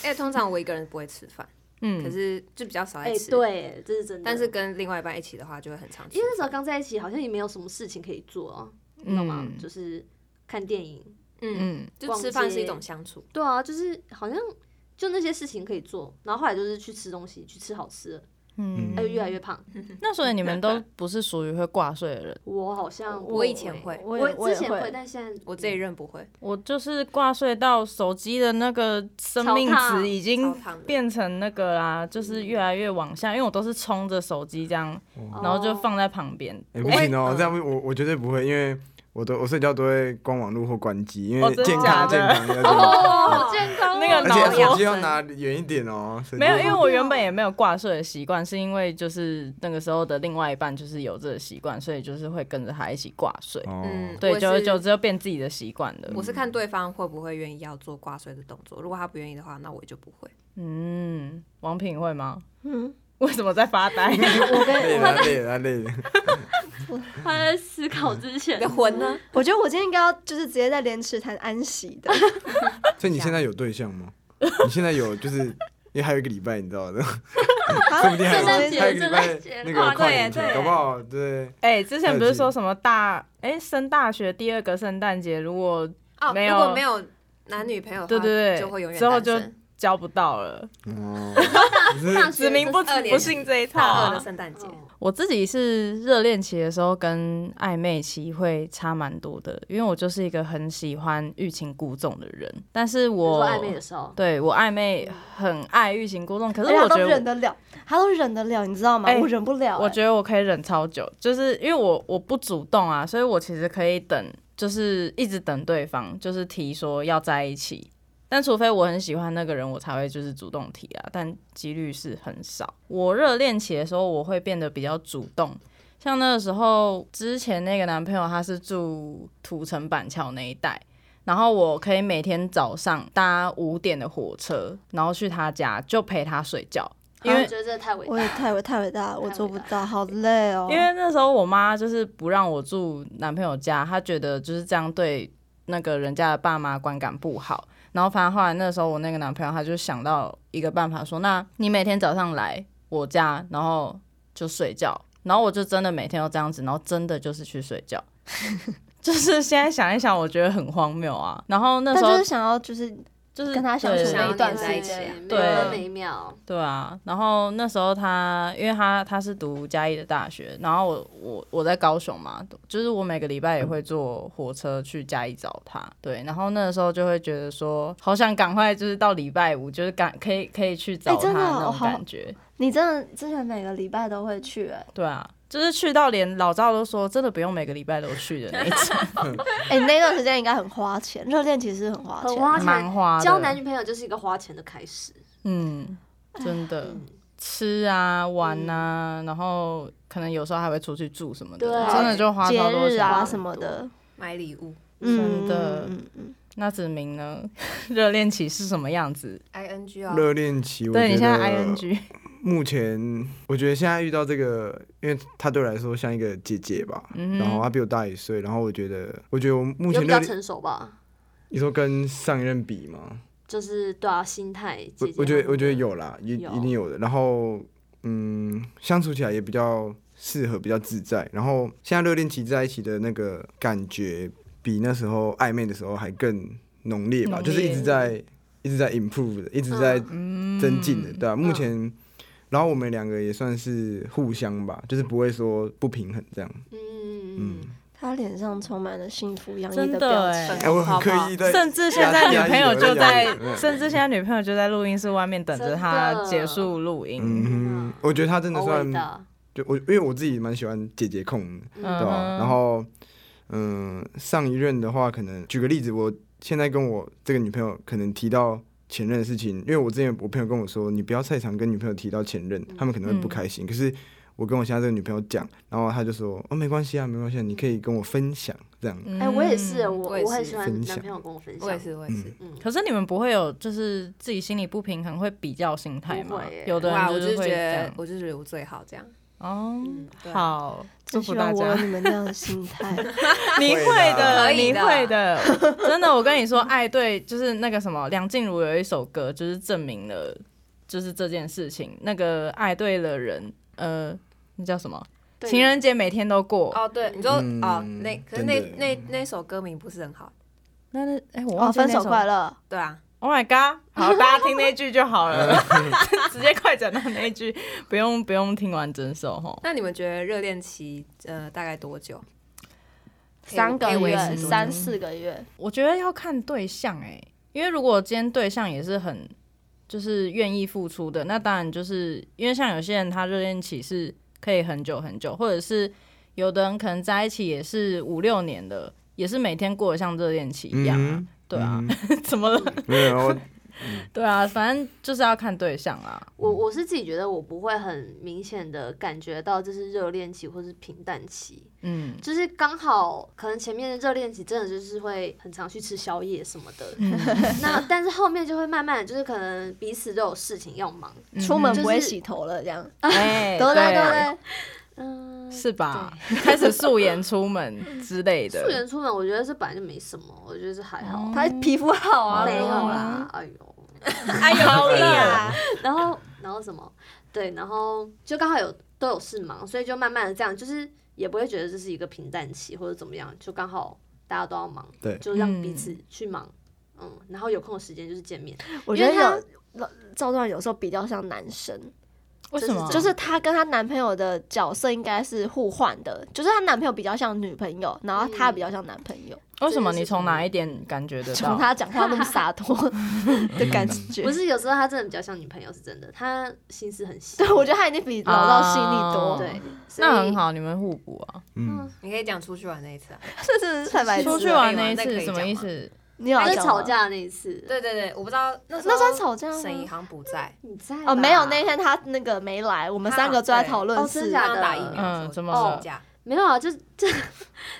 D: 哎，通常我一个人不会吃饭，
B: 嗯，
D: 可是就比较少
E: 哎、
D: 爱吃。。
E: 对，这是真的。
D: 但是跟另外一半一起的话，就会很常吃
E: 因
D: 饭。
E: 为那时候刚在一起，好像也没有什么事情可以做啊，你懂吗？
B: 嗯
E: 就是看电影。
D: 嗯，
B: 嗯，
D: 就
E: 逛
D: 吃饭是一
E: 街
D: 种相处。
E: 对啊，就是好像就那些事情可以做，然后后来就是去吃东西，去吃好吃的，
B: 嗯
E: 哎、越来越胖。
B: 那所以你们都不是属于会挂睡的人。
E: 我好像
D: 我以前会，
C: 我
E: 我
C: 也
E: 之
C: 也
E: 前
C: 会，
E: 但现在
D: 我这一任不会。
B: 我就是挂睡到手机的那个生命值已经
D: 超烫的
B: 变成那个啦，就是越来越往下，因为我都是冲着手机这样，
E: 哦
B: 然后就放在旁边。
F: 哎，不行哦，这样不我我绝对不会，因为我都我睡觉都会关网络或关机，因
B: 哦
F: 为
B: 真的
F: 健
B: 假
F: 康
B: 的
F: 健康要健康，
E: 好健康哦，
B: 那个
F: 而
B: 脑
F: 且手
B: 油
F: 机要拿远一点哦，神经
B: 没有，因为我原本也没有挂睡的习惯，是因为就是那个时候的另外一半就是有这个习惯，所以就是会跟着他一起挂睡。
F: 哦
D: 嗯，
B: 对，
D: 我
B: 久而
D: 是
B: 久之就变自己的习惯了。
D: 我是看对方会不会愿意要做挂水的动作，如果他不愿意的话，那我就不会。
B: 嗯，王品会吗？
C: 嗯，
B: 为什么在发呆？
C: 我
F: 累
C: 跟
F: 了累了累 了，
E: 他在思考之前
D: 你的，魂呢？
C: 我觉得我今天应该要就是直接在莲池潭安息的，
F: 所以你现在有对象吗？你现在有就是，因为还有一个礼拜，你知道的， 说不定还有
E: 哦圣诞节
F: 还有一个礼
E: 圣诞
F: 拜
E: 节
F: 那
E: 哦
F: 个
E: 对
F: 跨年
D: 对
F: 前，搞不好对，
B: 哎、之前不是说什么大哎、升大学第二个圣诞节，如果
D: 哦，
B: 没
D: 如果
B: 有
D: 没有男女朋友的话，
B: 对对对，
D: 就会永远
B: 之后
D: 单
B: 就
D: 身。
B: 交不到了，
F: 哦，
E: 大
B: 子
E: 学
B: 民不
D: 二
B: 不
D: 连
B: 信这一套、
D: 大二的
B: 啊。
D: 圣诞节，
E: 哦
B: 我自己是热恋期的时候跟暧昧期会差蛮多的，因为我就是一个很喜欢欲擒故纵的人，但是
E: 我
B: 我
E: 暧昧的时候，
B: 对我暧昧很爱欲擒故纵，可是
C: 而且
B: 我
C: 他
B: 觉
C: 哎都
B: 得
C: 忍
B: 我
C: 得了，他都忍得了，你知道吗？
B: 哎
C: 我忍不了，
B: 我
C: 哎
B: 觉得我可以忍超久，就是因为我我不主动啊，所以我其实可以等，就是一直等对方就是提说要在一起，但除非我很喜欢那个人，我才会就是主动提啊，但几率是很少。我热恋期的时候，我会变得比较主动。像那个时候，之前那个男朋友他是住土城板桥那一带，然后我可以每天早上搭五点的火车，然后去他家就陪他睡觉，因为
E: 我觉得这太伟大
C: 我也太伟太伟大了，我
E: 太
C: 做
E: 伟
C: 不
E: 大
C: 到，好累哦。
B: 因为那时候我妈就是不让我住男朋友家，她觉得就是这样对那个人家的爸妈观感不好。然后反正后来那时候我那个男朋友他就想到一个办法说，那你每天早上来我家，然后就睡觉。然后我就真的每天都这样子，然后真的就是去睡觉。 就是现在想一想，我觉得很荒谬啊。然后那
C: 但
B: 时候
C: 就是想要就是
B: 就是
C: 跟他相
B: 对
C: 处那一段时
D: 想要黏在一起啊
C: 间，
E: 每
B: 对
E: 分每秒，
B: 对啊，然后那时候他，因为他他是读嘉义的大学，然后我我我在高雄嘛，就是我每个礼拜也会坐火车去嘉义找他，对，然后那个时候就会觉得说，好想赶快就是到礼拜五，就是赶可以可以去找
C: 哎
B: 他
C: 真的
B: 那
C: 哦
B: 种
C: 好
B: 感觉，
C: 你真的之前每个礼拜都会去，哎，
B: 对啊，就是去到连老赵都说真的不用每个礼拜都去的那一种，
C: 哎，你那段时间应该很花钱，热恋其实很花
E: 很
C: 钱，
E: 花
B: 蛮
E: 钱。
B: 花的，
E: 交男女朋友就是一个花钱的开始，
B: 嗯，真的。
C: 哎
B: 吃啊，玩啊，然后可能有时候还会出去住什么的，
E: 对
B: 真的就花
C: 节
B: 超多
C: 日
B: 钱
C: 啊
E: 花
C: 什么
E: 很多
C: 的，
D: 买礼物，
B: 真的
C: 嗯嗯嗯
B: 那子明呢？ 热恋期是什么样子？
D: I N G 哦，
F: 热恋期，我
B: 对你
F: 觉
B: 现在
F: 得
B: I N G，
F: 目前我觉得现在遇到这个，因为她对我来说像一个姐姐吧，
B: 嗯哼
F: 然后她比我大一岁，然后我觉得，我觉得我
E: 又
F: 目前
E: 比
F: 热
E: 较
F: 恋，
E: 成熟吧，
F: 你说跟上一任比吗？
E: 就是对啊，心态。
F: 我
E: 姐姐
F: 我觉
E: 她
F: 得
E: 们
F: 我觉得
E: 的
F: 有啦，一一
E: 有
F: 定有的。然后嗯，相处起来也比较适合，比较自在。然后现在热恋期在一起的那个感觉，比那时候暧昧的时候还更浓烈吧，
B: 浓
F: 就是一
B: 烈
F: 直在一直在 improve 的，一直在
B: 嗯，
F: 增进的，对吧、目
E: 嗯
F: 前。然后我们两个也算是互相吧，就是不会说不平衡这样。
E: 嗯
F: 嗯，
C: 他脸上充满了幸福洋溢
B: 真
C: 的
B: 的
C: 表
B: 哎
C: 情。
F: 哎，我很刻 意在，
B: 甚至现在女朋友就在
F: 压力压力压，力
B: 甚至现在女朋友就在录音室外面等着他结束录音。
F: 嗯哼，我觉得他真的
E: 偶
F: 算
E: 尔，的，
F: 就我因为我自己蛮喜欢姐姐控的，
E: 嗯
F: 对吧、
B: 嗯哼
F: 然后，嗯，上一任的话，可能举个例子，我现在跟我这个女朋友可能提到前任的事情，因为我之前我朋友跟我说，你不要太常跟女朋友提到前任，他们可能会不开心。可是我跟我现在这个女朋友讲，然后她就说，哦，没关系啊，没关系、啊，你可以跟我分享这样。
B: 嗯
E: 哎、我也是，我
D: 我也
E: 我很
D: 是
E: 喜欢
F: 分
E: 男
F: 享
E: 朋友跟我分享，
D: 我也，是，我也是。
E: 嗯，
B: 可是你们不会有就是自己心里不平衡会比较心态
E: 不
B: 吗
E: 会耶？
B: 有
F: 嗯
B: 的
D: 哇，我
B: 人
D: 就是
B: 会
D: 觉
B: 这
D: 得
B: 样，。
D: 我就觉得我最好这样。
B: 哦，
E: 嗯，对啊，
B: 好，祝
C: 只希
B: 福
C: 望
B: 大
C: 我有
B: 家。
C: 你们那样的心 态。
B: 你
F: 会
B: 会
F: 的
D: 可
B: 的，
D: 以
B: 你
D: 的
B: 会的，真的。我跟你说，爱对就是那个什么，梁静茹有一首歌，就是证明了就是这件事情。那个爱对了人，呃，那叫什么？
E: 对
B: 情人节每天都过。
D: 哦，对，你说
F: 嗯
D: 哦，那可是那
F: 真的
D: 那那首歌名不是很好，
B: 那那哎，我
C: 哦，
B: 忘记
C: 分
B: 那
C: 手
B: 首
C: 快乐，
D: 对啊，
B: Oh my god！好，大家听那句就好 了， 直接快转到那句，不用不用听完整首吼。
D: 那你们觉得热恋期呃大概多久？
C: 三个
D: 可以维持
C: 月，
D: 多久
C: 三四个月，
B: 我觉得要看对象哎、因为如果今天对象也是很就是愿意付出的，那当然就是因为像有些人他热恋期是可以很久很久，或者是有的人可能在一起也是五六年的，也是每天过得像热恋期一样啊。
F: 嗯
B: 对啊，
F: 嗯
B: 怎么了？
F: 没有，我嗯
B: 对啊，反正就是要看对象啊。
E: 我我是自己觉得我不会很明显的感觉到这是热恋期或是平淡期，
B: 嗯，
E: 就是刚好可能前面的热恋期真的就是会很常去吃宵夜什么的，那但是后面就会慢慢就是可能彼此都有事情要忙，
C: 出门
E: 就是
C: 不会洗头了，这样，
B: 哎，
C: 对不对？对不
B: 对，
C: 对？
E: 嗯，
B: 是吧？开始素颜出门之类 的。
E: 素颜出门我觉得这本来就没什么，我觉得是还好，
C: 他皮肤好啊，
E: 没有
C: 啊。
E: 啦，哎呦。
B: 哎呦，好
C: 啊，
E: 然后然后什么？对，然后就刚好有都有事忙，所以就慢慢的这样，就是也不会觉得这是一个平淡期或者怎么样，就刚好大家都要忙，
F: 对
E: 就让彼此去忙，嗯然后有空的时间就是见面，
C: 我觉得有赵段有时候比较像男生，
B: 为什么？
C: 就是她跟她男朋友的角色应该是互换的，就是她男朋友比较像女朋友，然后她比较像男朋友。
B: 为什么你从哪一点感觉得
C: 从
B: 到？
C: 她讲话那么洒脱的感 觉，
E: 嗯不？是有时候他真的比较像女朋友，是真的，他心思很细
C: 对，，我觉得她已经比老赵细腻
B: 哦
C: 多，
E: 对，所以
B: 那很，好，你们互补啊。
F: 嗯，
D: 你可以讲出去玩那一次啊。
C: 这是太
E: 哎
C: 白痴
B: 出
C: 了。
B: 去玩那一
D: 那可以
B: 次
D: 讲
B: 什
D: 吗
B: 么意思？
C: 你有要
E: 他是
C: 讲吗
E: 吵，架的那一次，
D: 对对对，我不知道那时候
C: 那算吵架吗
D: 沈怡好像不在，
E: 你在吧
C: 哦，没有，那天她那个没来，我们三个都在讨
E: 她
C: 论
E: 哦真
C: 是
E: 的假
D: 刚打疫苗，
B: 嗯
D: 说
B: 怎么了
D: 请假？
E: 没有啊，就 这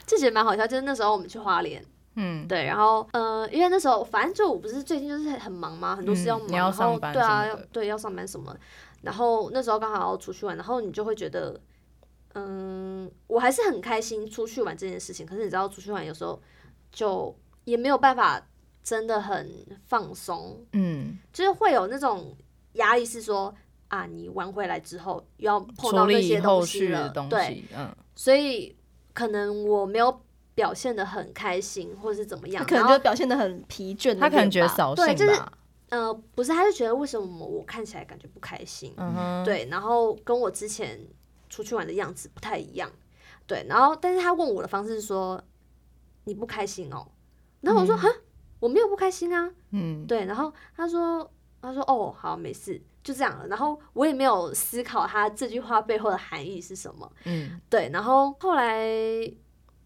E: 这觉得蛮好笑，就是那时候我们去花莲。
B: 嗯，
E: 对，然后呃，因为那时候反正就我不是最近就是很忙嘛，很多事
B: 嗯
E: 要忙，
B: 你要
E: 然后
B: 上班
E: 对啊，
B: 什
E: 要
B: 么的
E: 对要上班什么，然后那时候刚好要出去玩，然后你就会觉得，嗯，我还是很开心出去玩这件事情，可是你知道出去玩有时候就也没有办法真的很放松，
B: 嗯，
E: 就是会有那种压力是说。啊，你玩回来之后又要碰
B: 处
E: 到那
B: 理
E: 些东
B: 后
E: 西
B: 续
E: 了，
B: 的东
E: 对，
B: 西，嗯，
E: 所以可能我没有表现的很开心，或是怎么样，
C: 可能
E: 然后
C: 就表现的很疲倦的脸吧，
B: 他可能觉得扫兴
E: 对就是
B: 吧，
E: 呃，不是，他就觉得为什么我看起来感觉不开心，
B: 嗯哼，，
E: 对，然后跟我之前出去玩的样子不太一样，对，然后但是他问我的方式是说你不开心哦，然后我说哈、我没有不开心啊，
B: 嗯，
E: 对，然后他说他说哦好没事就这样了，然后我也没有思考他这句话背后的含义是什么，
B: 嗯，
E: 对，然后后来，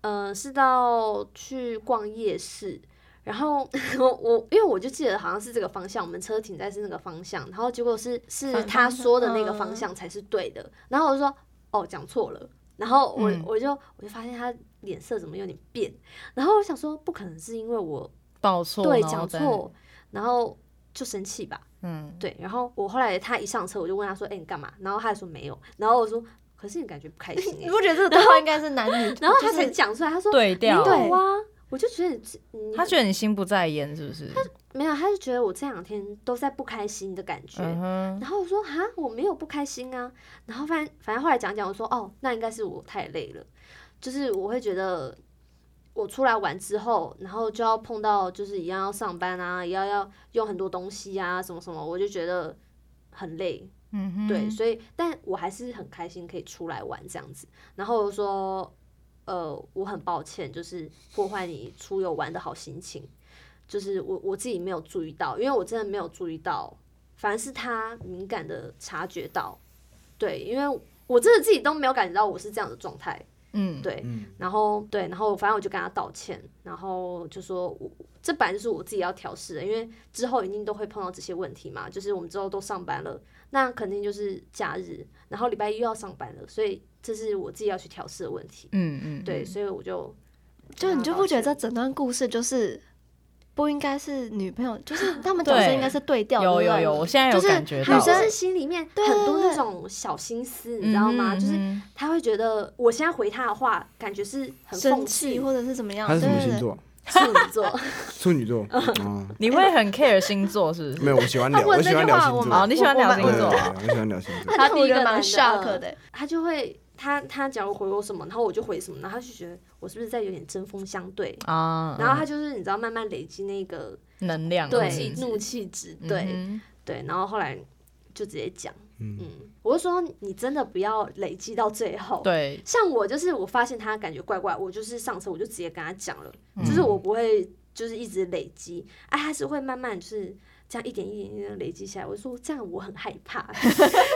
E: 嗯、是到去逛夜市，然后 我我因为我就记得好像是这个方向，我们车停在是那个方向，然后结果是是
B: 反
E: 他
B: 方向
E: 说的那个方
C: 嗯
E: 向才是对的，然后我就说哦讲错了，然后我、
B: 嗯
E: 我就我就发现他脸色怎么有点变，然后我想说不可能是因为我
B: 报错，哦
E: 对，
B: 然后
E: 讲
B: 再，
E: 错，然后就生气吧。
B: 嗯，
E: 对，然后我后来他一上车，我就问他说：“哎、你干嘛？”然后他还说没有，然后我说：“可是你感觉不开心、
C: 你
E: 欸
C: 不。觉得这个对话应该是男 女？”
E: 然后他
C: 就是
E: 才讲出来，他说：“
B: 对
E: 没
B: 调，
E: 有啊。”我就觉得你
B: 他觉得你心不在焉，是不是？
E: 没有，他就觉得我这两天都在不开心的感觉。
B: 嗯哼，
E: 然后我说哈，我没有不开心啊。然后反反正后来讲讲，我说哦，那应该是我太累了，就是我会觉得我出来玩之后，然后就要碰到就是一样要上班啊，也要要用很多东西啊，什么什么，我就觉得很累。
B: 嗯哼，
E: 对，所以但我还是很开心可以出来玩这样子。然后我说，呃，我很抱歉，就是破坏你出游玩的好心情，就是我我自己没有注意到，因为我真的没有注意到，反而是他敏感的察觉到，对，因为我真的自己都没有感觉到我是这样的状态，
B: 嗯，
E: 对，
F: 嗯，
E: 然后对，然后反正我就跟他道歉，然后就说我这本来就是我自己要调试的，因为之后一定都会碰到这些问题嘛，就是我们之后都上班了，那肯定就是假日，然后礼拜一又要上班了，所以这是我自己要去调试的问题。
B: 嗯嗯，
E: 对，
B: 嗯，
E: 所以我就
C: 就你就不觉得这整段故事就是不应该是女朋友， 就是他们角色
B: 对
C: 应该是对调的，
B: 有
C: 对不
B: 有
C: 对
B: 有，我现在有
C: 就是
B: 感觉到
E: 女
B: 了，
E: 生是心里面
C: 对
E: 很多
C: 对
E: 那
C: 对
E: 种小心思，你
B: 嗯
E: 知道吗？
B: 哼
E: 就是
B: 嗯哼
E: 她会觉得我现在回她的话，感觉是很
C: 生
E: 讽
C: 气
E: 刺，
C: 或者是怎么样？
F: 他是什么
C: 对
F: 星
C: 对对
F: 座？
E: 处女座。
F: 处女座。哦，
B: 你
E: 哎
B: 会很 care 星座，是不
F: 没
B: 是？
F: 有，我喜欢聊，
C: 他问
F: 我喜欢聊
C: 这句
F: 星座。
C: 话
B: 哦，你喜欢聊星
F: 对对对，
B: 座，
F: 我喜欢聊星座。
E: 他
C: 他第
E: 第
C: 一
E: 一
C: 个
E: 个
C: 蛮
E: 男的
C: shock
E: 嗯
C: 的欸，
E: 他就会他他假如回我什么，然后我就回什么，然后他就觉得我是不是在有点针锋相对，
B: 啊，
E: 然后他就是你知道慢慢累积那个
B: 他能量
E: 对
B: 嗯
E: 怒气值，对、
B: 嗯
E: 对，然后后来就直接讲，
F: 嗯
E: 嗯，我就说你真的不要累积到最后
B: 哼，。对，
E: 像我就是我发现他感觉怪怪，我就是上车我就直接跟他讲了，
B: 嗯
E: 就是我不会就是一直累积，哎、他是会慢慢就是这样一点一点一点地累积起来。我说这样我很害怕，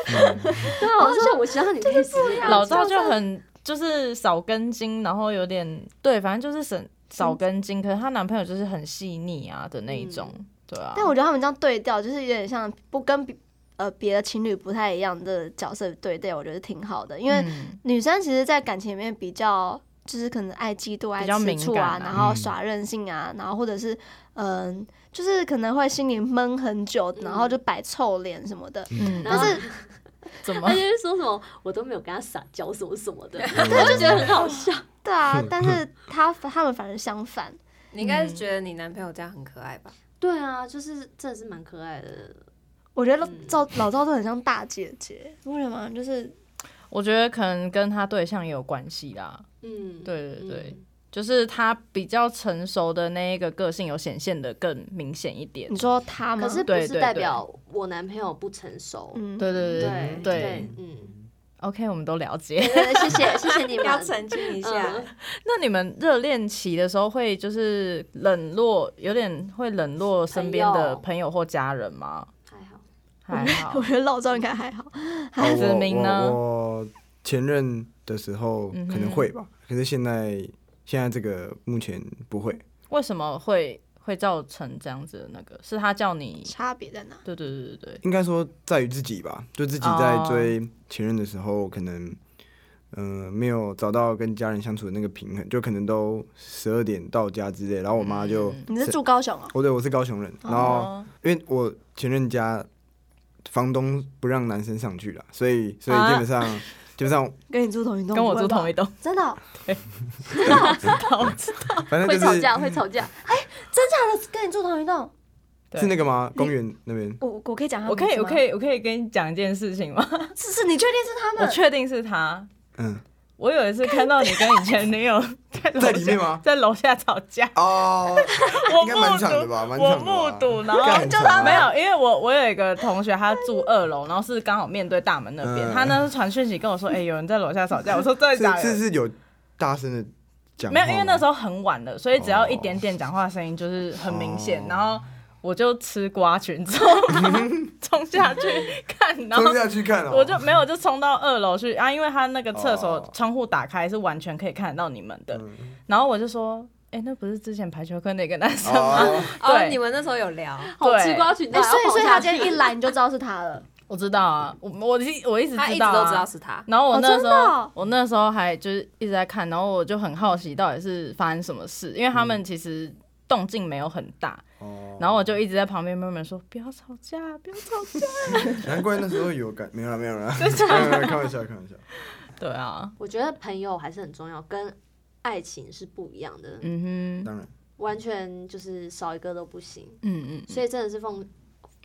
E: 对啊，我说我希望你可以直接
B: 老赵就很就是少根筋，然后有点对，反正就是省少根筋，可是她男朋友就是很细腻啊的那一种，对啊，
C: 但我觉得他们这样对调，就是有点像不跟比呃别的情侣不太一样的角色对调，我觉得挺好的，因为
B: 嗯
C: 女生其实，在感情里面比较就是可能爱嫉妒、爱
B: 比较
C: 吃
B: 敏
C: 醋
B: 感
C: 啊
B: 啊，
C: 然后
F: 嗯
C: 耍任性啊，然后或者是嗯、就是可能会心里闷很久，然后就摆臭脸什么的。
B: 嗯，
E: 然
C: 但
E: 后
C: 是
B: 怎么
E: 他就？会说什么我都没有跟他撒娇什么什么的，
B: 嗯
E: 他就觉得很好笑。
C: 对啊，但是他他们反而相反，
D: 你应该是觉得你男朋友这样很可爱吧？
E: 对啊，就是真的是蛮可爱的。
C: 我觉
B: 嗯
C: 得赵老赵都很像大姐姐，为什么？就是
B: 我觉得可能跟她对象也有关系啦，
E: 嗯，
B: 对对
E: 嗯
B: 对，就是她比较成熟的那一个个性有显现的更明显一点
C: 你，说他吗？
E: 可是不
B: 对
E: 是
B: 对
E: 代
B: 对
E: 表我男朋友不成熟。
C: 嗯，
B: 对
E: 对
B: 对对
E: 对，嗯，
B: ，OK，我们都了解。
E: 对对谢谢谢谢你们。
D: 要澄清一下，
E: 嗯
B: 那你们热恋期的时候会就是冷落，有点会冷落身边的朋友或家人吗？
E: 还好，
B: 还好
C: 啊 我，觉得老赵应该还好。
F: 哦
B: 子明呢
F: 我我前任的时候
B: 嗯哼
F: 可能会吧，可是现在现在这个目前不会。
B: 为什么会会造成这样子的那个？是他叫你？
C: 差别在哪？
B: 对对对对对，
F: 应该说在于自己吧，就自己在追前任的时候，可能嗯、呃没有找到跟家人相处的那个平衡，就可能都十二点到家之类，然后我妈就，
B: 嗯
C: 你是住高雄哦？
F: 哦对，我是高雄人，然后
B: 哦
F: 因为我前任家房东不让男生上去了，所以所以
B: 啊哦
F: 基本上、基 本上
C: 跟你住同一栋？
B: 跟我
C: 不
B: 住
C: 会吧
B: 同一栋，
C: 真的哦？
F: 反正
E: 会
F: 就
E: 吵
F: 是
E: 架会吵 架。
C: 真假的？跟你住同一栋？
B: 对
F: 是那个吗？公园那边
C: 我我可以讲他
B: 我
C: 们
B: 可
C: 名
B: 以，
C: 字
B: 我
C: 啊吗
B: 可，以，我可以跟你讲一件事情吗？
C: 是是，你确定是他
B: 我
C: 们？
B: 确定是他。
F: 嗯，
B: 我有一次看到你跟你前女友 在楼
F: 在
B: 下
F: 里面吗
B: 在楼下吵架，
F: 哦，
B: 我
F: 应该蛮
B: 目
F: 长的
B: 睹，
F: 吧，蛮
B: 我
F: 长的吧。
B: 目睹，然
F: 应该
B: 后
F: 很长吧
B: 没有，因为我我有一个同学，他住二楼，然后是刚好面对大门那边。
F: 嗯
B: 他呢传讯息跟我说，哎、有人在楼下吵架。我说真的假
F: 是是
B: 的？
F: 是有大声的讲
B: 没
F: 话吗，
B: 有，因为那时候很晚了，所以只要
F: 哦
B: 一点点讲话声音就是很明显。
F: 哦
B: 然后我就吃瓜群 众，冲下去看，然后
F: 冲下去看哦，
B: 我就没有就冲到二楼去啊，因为他那个厕所
F: 哦
B: 窗户打开是完全可以看得到你们的。
F: 嗯
B: 然后我就说，哎、那不是之前排球课那个男生吗？
F: 哦，
D: 哦，
B: 对
D: 你们那时候有聊，
E: 好
B: 对
E: 吃瓜群众
C: 哎，
E: 还要
C: 所以
E: 跑
C: 所以
E: 下
C: 他
E: 去
C: 今天一来你就知道是他了。
B: 我知道啊，我我一我一直知道、啊，
D: 他一直都知道是他。
B: 然后我
C: 哦
B: 那
C: 真
B: 时
C: 的
B: 候，嗯
C: 哦
B: 我那时
F: 嗯
B: 候还就是一直在看，然后我就很好奇到底是发生什么事，因为他们其实动静没有很大，
F: 哦，
B: 然后我就一直在旁边闷闷说不要吵架，不要吵架。
F: 难怪那时候有感，没有了，没有了，没有啦开玩笑，开玩笑。
B: 对啊，
E: 我觉得朋友还是很重要，跟爱情是不一样的，
B: 嗯哼，
F: 当然，
E: 完全就是少一个都不行。
B: 嗯嗯，
E: 所以真的是奉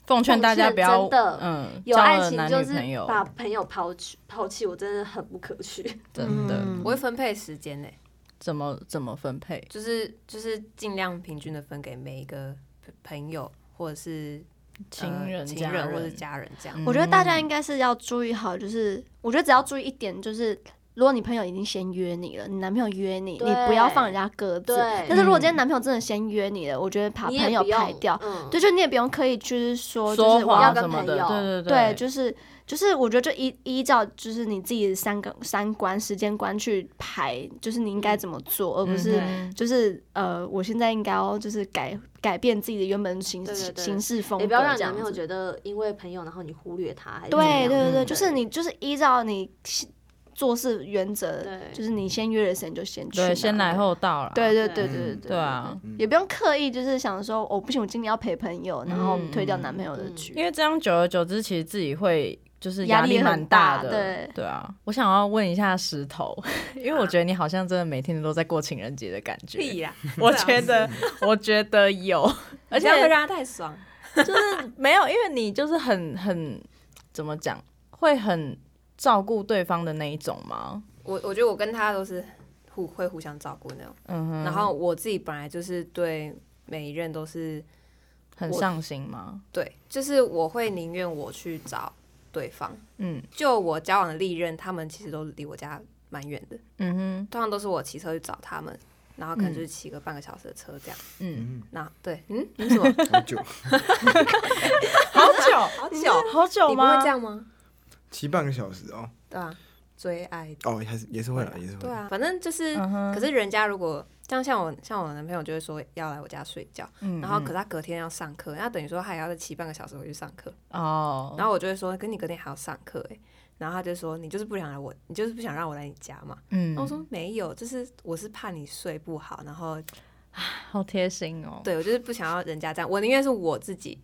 B: 奉劝大家不要
E: 真的
B: 嗯
E: 有
B: 交
E: 爱
B: 了
E: 情
B: 男
E: 就
B: 女
E: 是
B: 朋友，
E: 把朋友抛弃抛弃，我真的很不可取。
B: 真的
C: 嗯
D: 我会分配时间呢、欸
B: 怎么怎么分配？
D: 就是就是尽量平均的分给每一个朋朋友或者是
B: 情
D: 呃
B: 人、
D: 情
B: 家
D: 人
B: 人
D: 或者家人这样。
B: 嗯
C: 我觉得大家应该是要注意好，就是我觉得只要注意一点，就是如果你朋友已经先约你了，你男朋友约你，
E: 对
C: 你不要放人家鸽子
E: 对。
C: 但是如果今天男朋友真的先约你了，我觉得把
E: 你
C: 朋
E: 也
C: 友
E: 不用
C: 排掉，
E: 嗯，
C: 对，就你也不用刻意就是说，就
B: 说
C: 是我
B: 谎
E: 要
C: 要
E: 跟
B: 什么的，
E: 朋
B: 对
E: 友
C: 对，就是就是我觉得就依依照就是你自己的三个三观时间观去排，就是你应该怎么做，而不是
B: 嗯
C: 就是呃，我现在应该要就是改改变自己的原本形
E: 对对对
C: 形式风格，
E: 也不要让你男朋友
C: 得。
E: 觉得因为朋友然后你忽略他，还是怎么
C: 对
E: 样
C: 对对对，
E: 嗯
C: 就是你就是依照你做事原则，
E: 对
C: 就是你先约了谁你就先去嘛，
B: 对，先来后到了，
C: 对。对对对对
F: 嗯
C: 对
B: 对啊，
F: 嗯
C: 也不用刻意就是想说哦不行，我今天要陪朋友，然后
B: 嗯
C: 推掉男朋友的
E: 嗯
C: 局，
B: 因为这样久而久之，其实自己会就是
C: 压力
B: 力
C: 很
B: 蛮
C: 大
B: 的，
C: 对
B: 啊。我想要问一下石头， 因为我觉得你好像真的每天都在过情人节的感觉。
D: 屁呀、
B: 我觉 得，我觉得有，而
D: 而
B: 且
D: 且会让他太爽。
B: 就是没有，因为你就是很很怎么讲，会很照顾对方的那一种吗？
D: 我我觉得我跟他都是互会互相照顾那种。
B: 嗯哼，
D: 然后我自己本来就是对每一任都是
B: 很
D: 我
B: 上心吗？
D: 对，就是我会宁愿我去找对方。
B: 嗯
D: 就我交往的历任，他们其实都离我家蛮远的，
B: 嗯哼
D: 通常都是我骑车去找他们，然后可能
B: 嗯
D: 就是骑个半个小时的车这样。
B: 嗯，
F: 嗯，
D: 那对，嗯，你怎么
F: 好久，
B: 好久
D: 好久？
B: 好久
D: 你不会
B: 吗？
D: 这样吗？
F: 骑半个小时哦，
D: 对啊，追爱
F: 哦，还是也是会啦，也是会
D: 对。啊，反正就是，
B: 嗯哼
D: 可是人家如果像像我像我男朋友就会说要来我家睡觉，
B: 嗯
D: 然后
B: 嗯
D: 可是他隔天要上课，那等于说他也要再骑半个小时回去上课，
B: 哦，
D: 然后我就会说，跟你隔天还要上课哎、欸然后他就说你就是不想来我，你就是不想让我来你家嘛。
B: 嗯
E: 哦
D: 然后我说没有，就是我是怕你睡不好，然后
B: 好贴心哦，
D: 对我就是不想要人家这样，我宁愿是我自己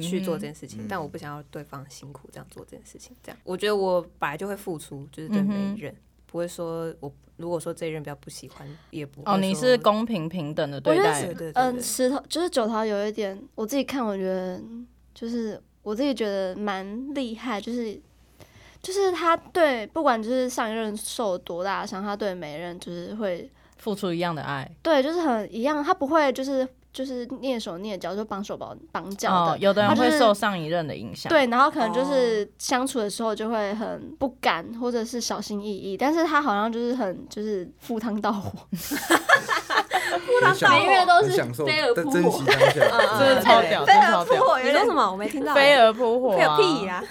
D: 去做
B: 嗯
D: 这件事情，
F: 嗯
D: 但我不想要对方辛苦这样做这件事情。这样，我觉得我本来就会付出，就是对每
B: 嗯哼
D: 一任，不会说我如果说这一任比较不喜欢，也不会
B: 哼哦，你
D: 说
B: 是公平平等的对
C: 我觉得
B: 待
D: 对，对对
C: 嗯，
D: 对
C: 石头就是九桃有一点，我自己看我觉得就是我自己觉得蛮厉害，就是就是他对不管就是上一任受多大的伤，他对每一任就是会
B: 付出一样的爱
C: 对就是很一样，他不会就是就是蹑手蹑脚就绑手绑绑脚的。
B: 哦，有的人
C: 他就
B: 会
C: 是
B: 受上一任的影响，，
C: 对，然后可能就是相处的时候就会很不敢，或者是小心翼翼，但是他好像就是很就是赴汤蹈火，
F: 很享
E: 每一个都是
F: 很享受，
E: 飞蛾扑火
F: 但珍惜当 下。
B: 真的超屌，真的超屌。
D: 你说什么？我没听到欸。
B: 飞蛾扑火、
D: 会
B: 啊，
D: 有屁呀、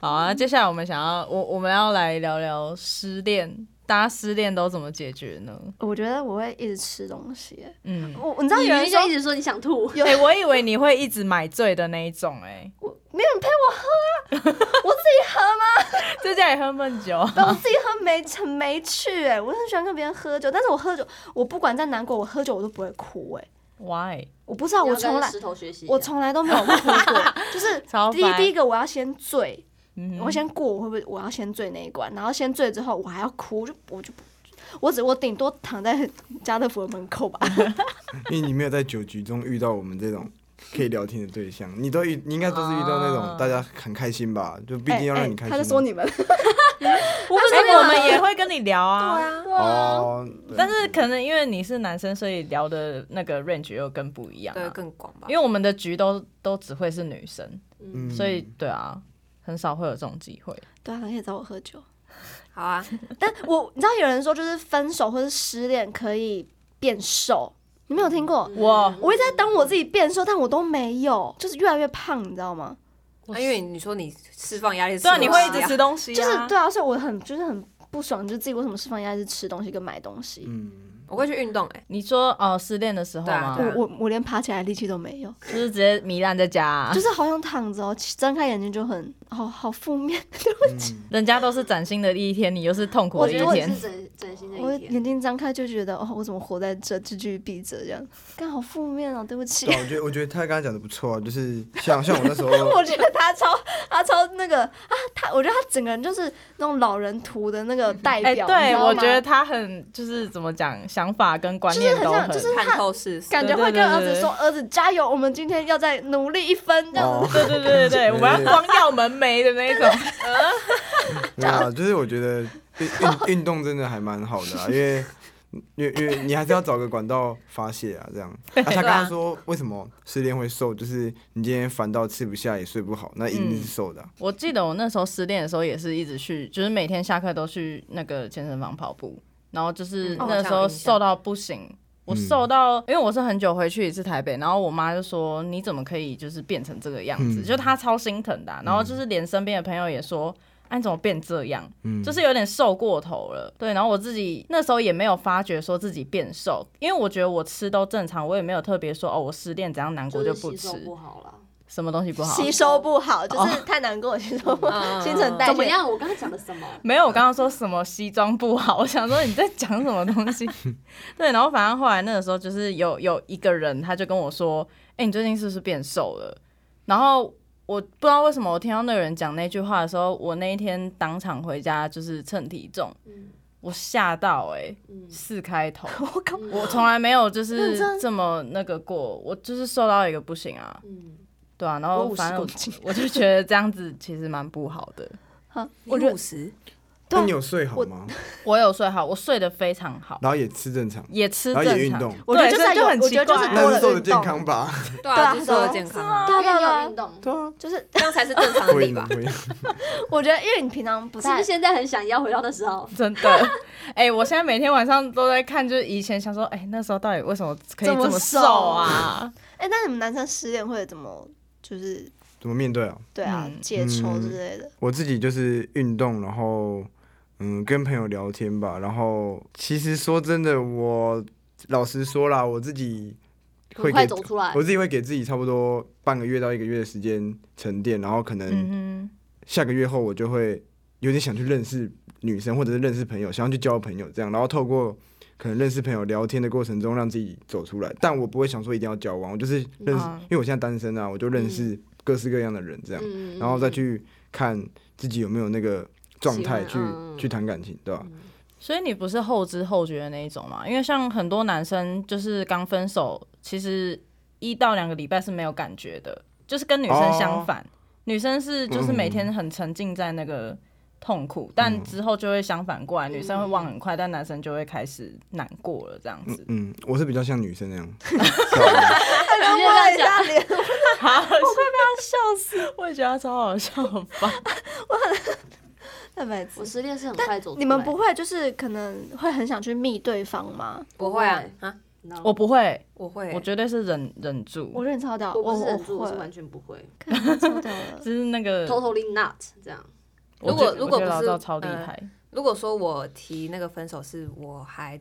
B: 好啊，接下来我们想要，我我们要来聊聊失恋，大家失恋都怎么解决呢？
C: 我觉得我会一直吃东西。
B: 嗯，
C: 我你知道有人
E: 你就
C: 说
E: 一直说你想吐，
B: 哎、我以为你会一直买醉的那一种、哎
C: 没有人陪我喝啊，我自己喝吗？
B: 哎，在家里喝闷酒，
C: 我自己喝没很没趣哎、我很喜欢跟别人喝酒，但是我喝酒，我不管再难过，我喝酒我都不会哭哎、
B: why？
C: 我不知道，
E: 你
C: 我
E: 要跟
C: 从来
E: 石头学习一下。
C: 我从来都没有哭过， 就是
B: 超
C: 第一
B: 烦
C: 第一个我要先醉，
B: 嗯
C: 我先过我会不会我要先醉那一关，然后先醉之后我还要哭，我就我就不。我只我顶多躺在 家乐福的门口吧，
F: 因为你没有在酒局中遇到我们这种可以聊天的对象，你都遇，你应该都是遇到那
B: 啊
F: 种大家很开心吧？就毕
C: 哎
F: 竟要让你开
C: 哎
F: 心。
C: 他在说你们，
B: 我不哎是我们也会跟你聊啊，
F: 哦，对
B: 但是可能因为你是男生，所以聊的那个 range 又更不一样、
D: 对，
B: 啊，
D: 更广吧。
B: 因为我们的局都都只会是女生，
F: 嗯
B: 所以对啊，很少会有这种机会。
C: 对啊，可以找我喝酒。
D: 好啊，
C: 但我你知道有人说，就是分手或是失恋可以变瘦，你没有听过？
B: 我
E: 嗯
C: 我一直在等我自己变瘦，但我都没有，就是越来越胖，你知道吗？
D: 啊因为你说你释放压力是
B: 虽
D: 吃
B: 然
D: 东西
B: 你
D: 啊，
B: 会一直吃东西、啊，
C: 就是对啊，所以我很就是很不爽，就是自己为什么释放压力是吃东西跟买东西。
F: 嗯，
D: 我会去运动哎、
B: 你说哦，失恋的时候
D: 对啊
B: 吗？
D: 对啊
C: 我我我连爬起来力气都没有，
B: 就是直接糜烂在家啊、
C: 就是好想躺着哦，睁开眼睛就很好好负面，
F: 嗯，
B: 人家都是崭新的一天，你又是痛苦的一
E: 觉得也
B: 天
E: 是。整整新的
C: 我
E: 一天。
C: 眼睛张开就觉得哦，我怎么活在这，就继续闭着这样，刚好负面哦，对不起
F: 对。啊，我觉得我觉得他刚刚讲的不错啊，就是像像我那时候，
C: 我觉得他超他超那个啊，他我觉得他整个人就是那种老人图的那个代
B: 哎、
C: 表，你知
B: 对，
C: 道
B: 我
C: 吗
B: 觉得他很就是怎么讲，想法跟观
C: 就是
B: 念
C: 很
B: 都
C: 像
B: 很，
C: 就是
D: 看透世事。
C: 感觉会
B: 对对
C: 跟
B: 对
C: 儿子说：“儿子加油，我们今天要再努力一分。”这样
F: 哦
C: 子，
B: 对对 对对对，我们要光耀门楣的那一种。
F: 对啊，就是我觉得运运运动真的还蛮好的啊，因为因为因为你还是要找个管道发泄啊，这样。啊、他刚刚说为什么失恋会瘦，就是你今天烦到吃不下也睡不好，那一定是瘦的啊、
B: 我记得我那时候失恋的时候也是一直去，就是每天下课都去那个健身房跑步，然后就是
F: 嗯
D: 哦
B: 那时候瘦到不行。我瘦到，因为我是很久回去一次台北，然后我妈就说：“你怎么可以就是变成这个样子？”
F: 嗯
B: 就她超心疼的啊、然后就是连身边的朋友也说：“哎、你怎么变这样？”
F: 嗯，
B: 就是有点瘦过头了，对。然后我自己那时候也没有发觉说自己变瘦，因为我觉得我吃都正常，我也没有特别说哦，我失恋怎样难过
E: 就
B: 不
E: 是吸
B: 吃
E: 收，不好了。
B: 什么东西不好。
C: 吸收不好，就是太难过，吸收不好，
D: 嗯
C: 新陈代
E: 怎么
C: 谢。
E: 样？我刚刚讲的什么？
B: 没有，我刚刚说什么西装不好，我想说你在讲什么东 西？对，然后反正后来那个时候就是有有一个人，他就跟我说：“哎、你最近是不是变瘦了？”然后我不知道为什么，我听到那个人讲那句话的时候，我那一天当场回家就是称体重，
E: 嗯
B: 我吓到哎、
E: 嗯，
B: 四开 头。
C: 我靠，
E: 嗯
B: 我从来没 有就
C: 认真
B: 是这么那个过，我就是瘦到一个不行啊，
E: 嗯，
B: 对啊，然
C: 我
B: 后
C: 五十
B: 反正
C: 公
B: 我
C: 斤，
B: 我就觉得这样子其实蛮不好的。
C: 好，我
D: 我
C: 觉得
D: 五十，
C: 对
F: 那
C: 啊
F: 你有睡好
C: 我
F: 吗？
B: 我有睡好，我睡得非常好，
F: 然后也吃正常，
B: 也吃
F: 然后也
B: 正
F: 运
B: 常，
F: 动，
C: 我觉得就是
B: 所以
C: 要有
B: 就很
C: 我觉
B: 奇
C: 得就是
B: 怪。
C: 多
F: 那
C: 了
F: 是瘦的
C: 运
F: 健
C: 动
F: 康吧？
D: 对
C: 对啊
D: 啊，就是为了健康啊，
C: 对啊
E: 因为
C: 对
E: 你
C: 啊
E: 有运动。
F: 对啊，
C: 就是
D: 这样才是正常的
F: 会
D: 你啊 吧？
F: 会。
C: 我觉得，因为你平常不
E: 是不
C: 太
E: 是现在很想要回到那时候？
B: 真的，哎、我现在每天晚上都在看，就是以前想说，哎、那时候到底为什么可以
C: 这么
B: 这么瘦啊？
C: 哎，那你们男生失恋会怎么就是
F: 怎么面对啊？
C: 对啊
B: 嗯
C: 解愁之类的？
F: 我自己就是运动，然后嗯，跟朋友聊天吧。然后其实说真的，我老实说啦，我自己会
E: 很快
F: 给
E: 走出来
F: 我。自己会给自己差不多半个月到一个月的时间沉淀，然后可能
B: 嗯
F: 下个月后我就会有点想去认识女生，或者是认识朋友，想要去交朋友这样，然后透过。可能认识朋友聊天的过程中，让自己走出来，但我不会想说一定要交往，我就是认识，
B: 嗯
F: 因为我现在单身啊，我就认识各式各样的人这样。
E: 嗯
F: 然后再去看自己有没有那个状态
E: 喜
F: 去
E: 欢嗯嗯
F: 去谈感情，对吧？
B: 哼，所以你不是后知后觉的那一种嘛？因为像很多男生就是刚分手，其实一到两个礼拜是没有感觉的，就是跟女生
F: 哦
B: 相反，女生是就是每
F: 嗯
B: 天很沉浸在那个痛苦，但之后就会相反过来，女生会忘很快，但男生就会开始难过了这样子。
F: 嗯，我是比较像女生那样，
E: 直接这样讲，
B: 好笑，我快被他笑死！我也觉得他超好笑吧？
C: 太白痴
E: 我。失恋是很快走出来。
C: 你们不会啊就是可能会很想去密对方吗？
D: 不会啊啊，
E: No？
B: 我不会，
D: 我会欸、
B: 我绝对是忍忍住。。
C: 我觉得你超屌，
E: 我
C: 我
E: 不是忍
D: 啊
E: 住，我是
C: 会
E: 完全不会
C: 看你超屌了
B: 就是那个，
E: ，totally not 这样。
B: 我
D: 如果
B: 觉得
D: 如果
B: 我觉得老
D: 不是
B: 赵超厉
D: 呃
B: 害，
D: 如果说我提那个分手是我还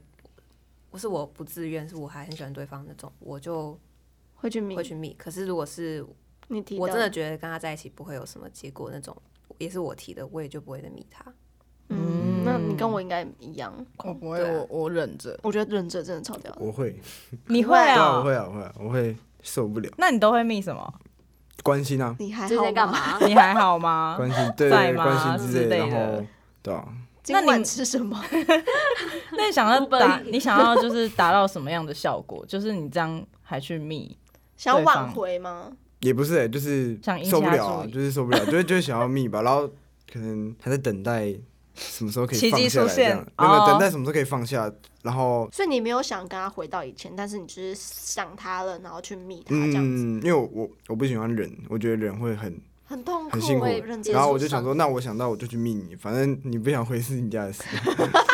D: 不是我不自愿，是我还很喜欢对方那种，我就
C: 会去密
D: 会，去密。可是如果是
C: 你提
D: 我
C: 到
D: 真的觉得跟他在一起不会有什么结果那种，也是我提的，我也就不会再密他。
C: 嗯，那你跟我应该一样。
B: 我不会，
D: 对啊
B: 我我忍着。
C: 我觉得忍者真的超屌的，
F: 我会，
B: 你会
F: 对啊，
B: 啊？
F: 我会啊，我会啊，我会受不了
B: 那你都会密什么？
F: 关心啊，
C: 你还
E: 最
C: 好
E: 近在干
C: 吗？
E: 嘛？
B: 你还好吗？
F: 关心， 对
B: 在
F: 对，
B: 吗
F: 关心
B: 之
F: 类，
B: 类
F: 然
B: 的
F: 后对啊，
C: 今
B: 那你
C: 晚吃什么？
B: 那你想要
E: Uber
B: 达，
E: Eats
B: 你想要就是达到什么样的效果？就是你这样还去密，
C: 想要挽回吗？
F: 也不是欸，就是
B: 想引起
F: 受不
B: 他
F: 了啊，
B: 注意
F: 就是受不了，就是就是想要密吧，然后可能还在等待什么时候可以
B: 奇
F: 放
B: 迹
F: 下
B: 出
F: 来这
B: 现
F: 样，没有没有
B: 哦
F: 等待什么时候可以放下，然后
C: 所以你没有想跟他回到以前，但是你就是想他了，然后去密他这样子。
F: 嗯嗯，因为我我我不喜欢忍，我觉得忍会很
C: 很痛苦，欸
F: 很辛苦
E: 会
C: 认。真
E: 结
F: 然后
E: 束
F: 我就想
E: 上
F: 说，那我想到我就去密你，反正你不想回是你 家的事。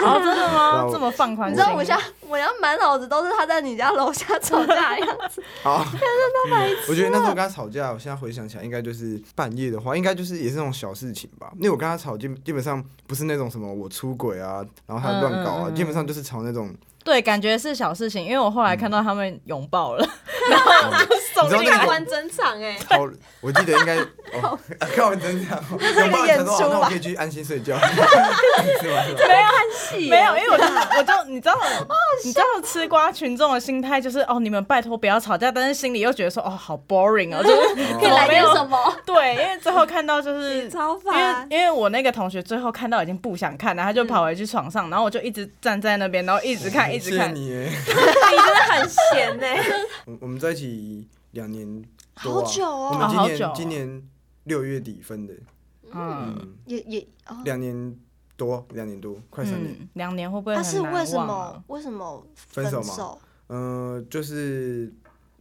B: 哦，真的
F: 然
B: 吗？
F: 后
B: 这么放宽
C: 你
B: 心？
C: 知道我现在我现在满脑子都是他在你家楼下 吵架的样子，
F: 好，我觉得那
B: 啊
F: 时候跟他吵架，我现在回想起来，应该就是半夜的话，应该就是也是那种小事情吧。因为我跟他吵，基基本上不是那种什么我出轨啊，然后他乱搞啊，
B: 嗯嗯嗯
F: 基本上就是吵那种，
B: 对，感觉是小事情，因为我后来看到他们拥抱了，
F: 你知道那种
E: 整场
D: 欸
E: 哎、
F: 好，我记 得应该 哦，看完真啊相，
C: 是一个演出吧
F: 我爸才说哦那我可以去安心睡 觉， 是吗？是吧
B: 啊没 有，啊因为我就我就你知道，你知道吃瓜群众的心态就是哦，你们拜托不要吵架，但是心里又觉得说哦，好 boring 哦，就是
E: 可以来点什么？
D: 哦
B: 对，因为最后看到就是
D: 你超
B: 因为
D: 烦。
B: 因为我那个同学最后看到已经不想看了，他就跑回去床上，然后我就一直站在那边，然后一直看，一
F: 谢
B: 直
F: 谢
B: 看。
F: 你耶，
D: 你真的很闲呢、
F: 我我们在一起两年多啊，
C: 好久哦
F: 我们今
B: 哦好
F: 年、
B: 久哦
F: 今年六月底分的，
B: 嗯，
F: 嗯，
C: 也也哦，
F: 两年多，两年多，快三年。
B: 嗯，两年会不会
C: 他
B: 很
C: 是
B: 难
C: 为什
B: 忘
C: 么
B: 啊？
C: 为什么
F: 分手吗
C: 手？
F: 嗯，就是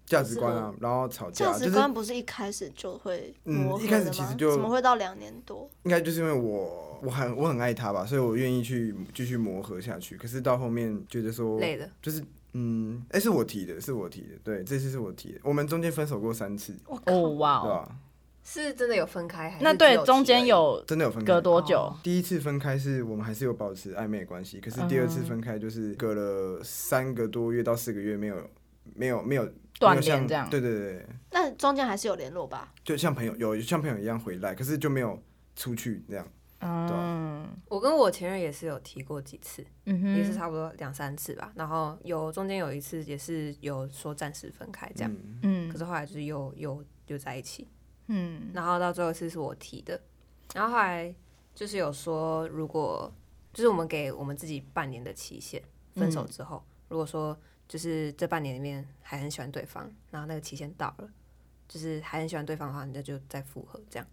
F: 价值观啊，然后吵架，
C: 价
F: 就
C: 值
F: 是
C: 观不是一开始就会
F: 嗯
C: 磨合
F: 一开始
C: 的
F: 其
C: 吗
F: 实就
C: 怎么会到两年多？
F: 应该就是因为我我很我很爱他吧，所以我愿意去继续磨合下去。可是到后面觉得说
D: 累了，
F: 就是嗯，哎、是我提的，是我提的，对，这次是我提的。我们中间分手过三次，
B: 哦哇哦，
F: 对吧？
D: 是真的有分开还是
B: 那对
D: 只有
B: 中间
D: 提而已
B: 有
F: 真的有分开
B: 隔。多久
D: 哦？
F: 第一次分开是我们还是有保持暧昧的关系，可是第二
B: 嗯
F: 次分开就是隔了三个多月到四个月没有没有没有
B: 断
F: 没有像
B: 联这样
F: 对对对，
C: 那中间还是有联络吧？
F: 就像朋友有像朋友一样回来，可是就没有出去这样。
E: 啊
B: 嗯
D: 我跟我前任也是有提过几次，
B: 嗯
D: 也是
B: 哼，
D: 差不多两三次吧。然后有中间有一次也是有说暂时分开这样，
F: 嗯
B: 嗯
D: 可是后来就是又又又在一起。
B: 嗯
D: 然后到最后一次是我提的，然后后来就是有说，如果就是我们给我们自己半年的期限，分
E: 嗯
D: 手之后，如果说就是这半年里面还很喜欢对方，然后那个期限到了。就是还很喜欢对方的话，你就就再复合这样，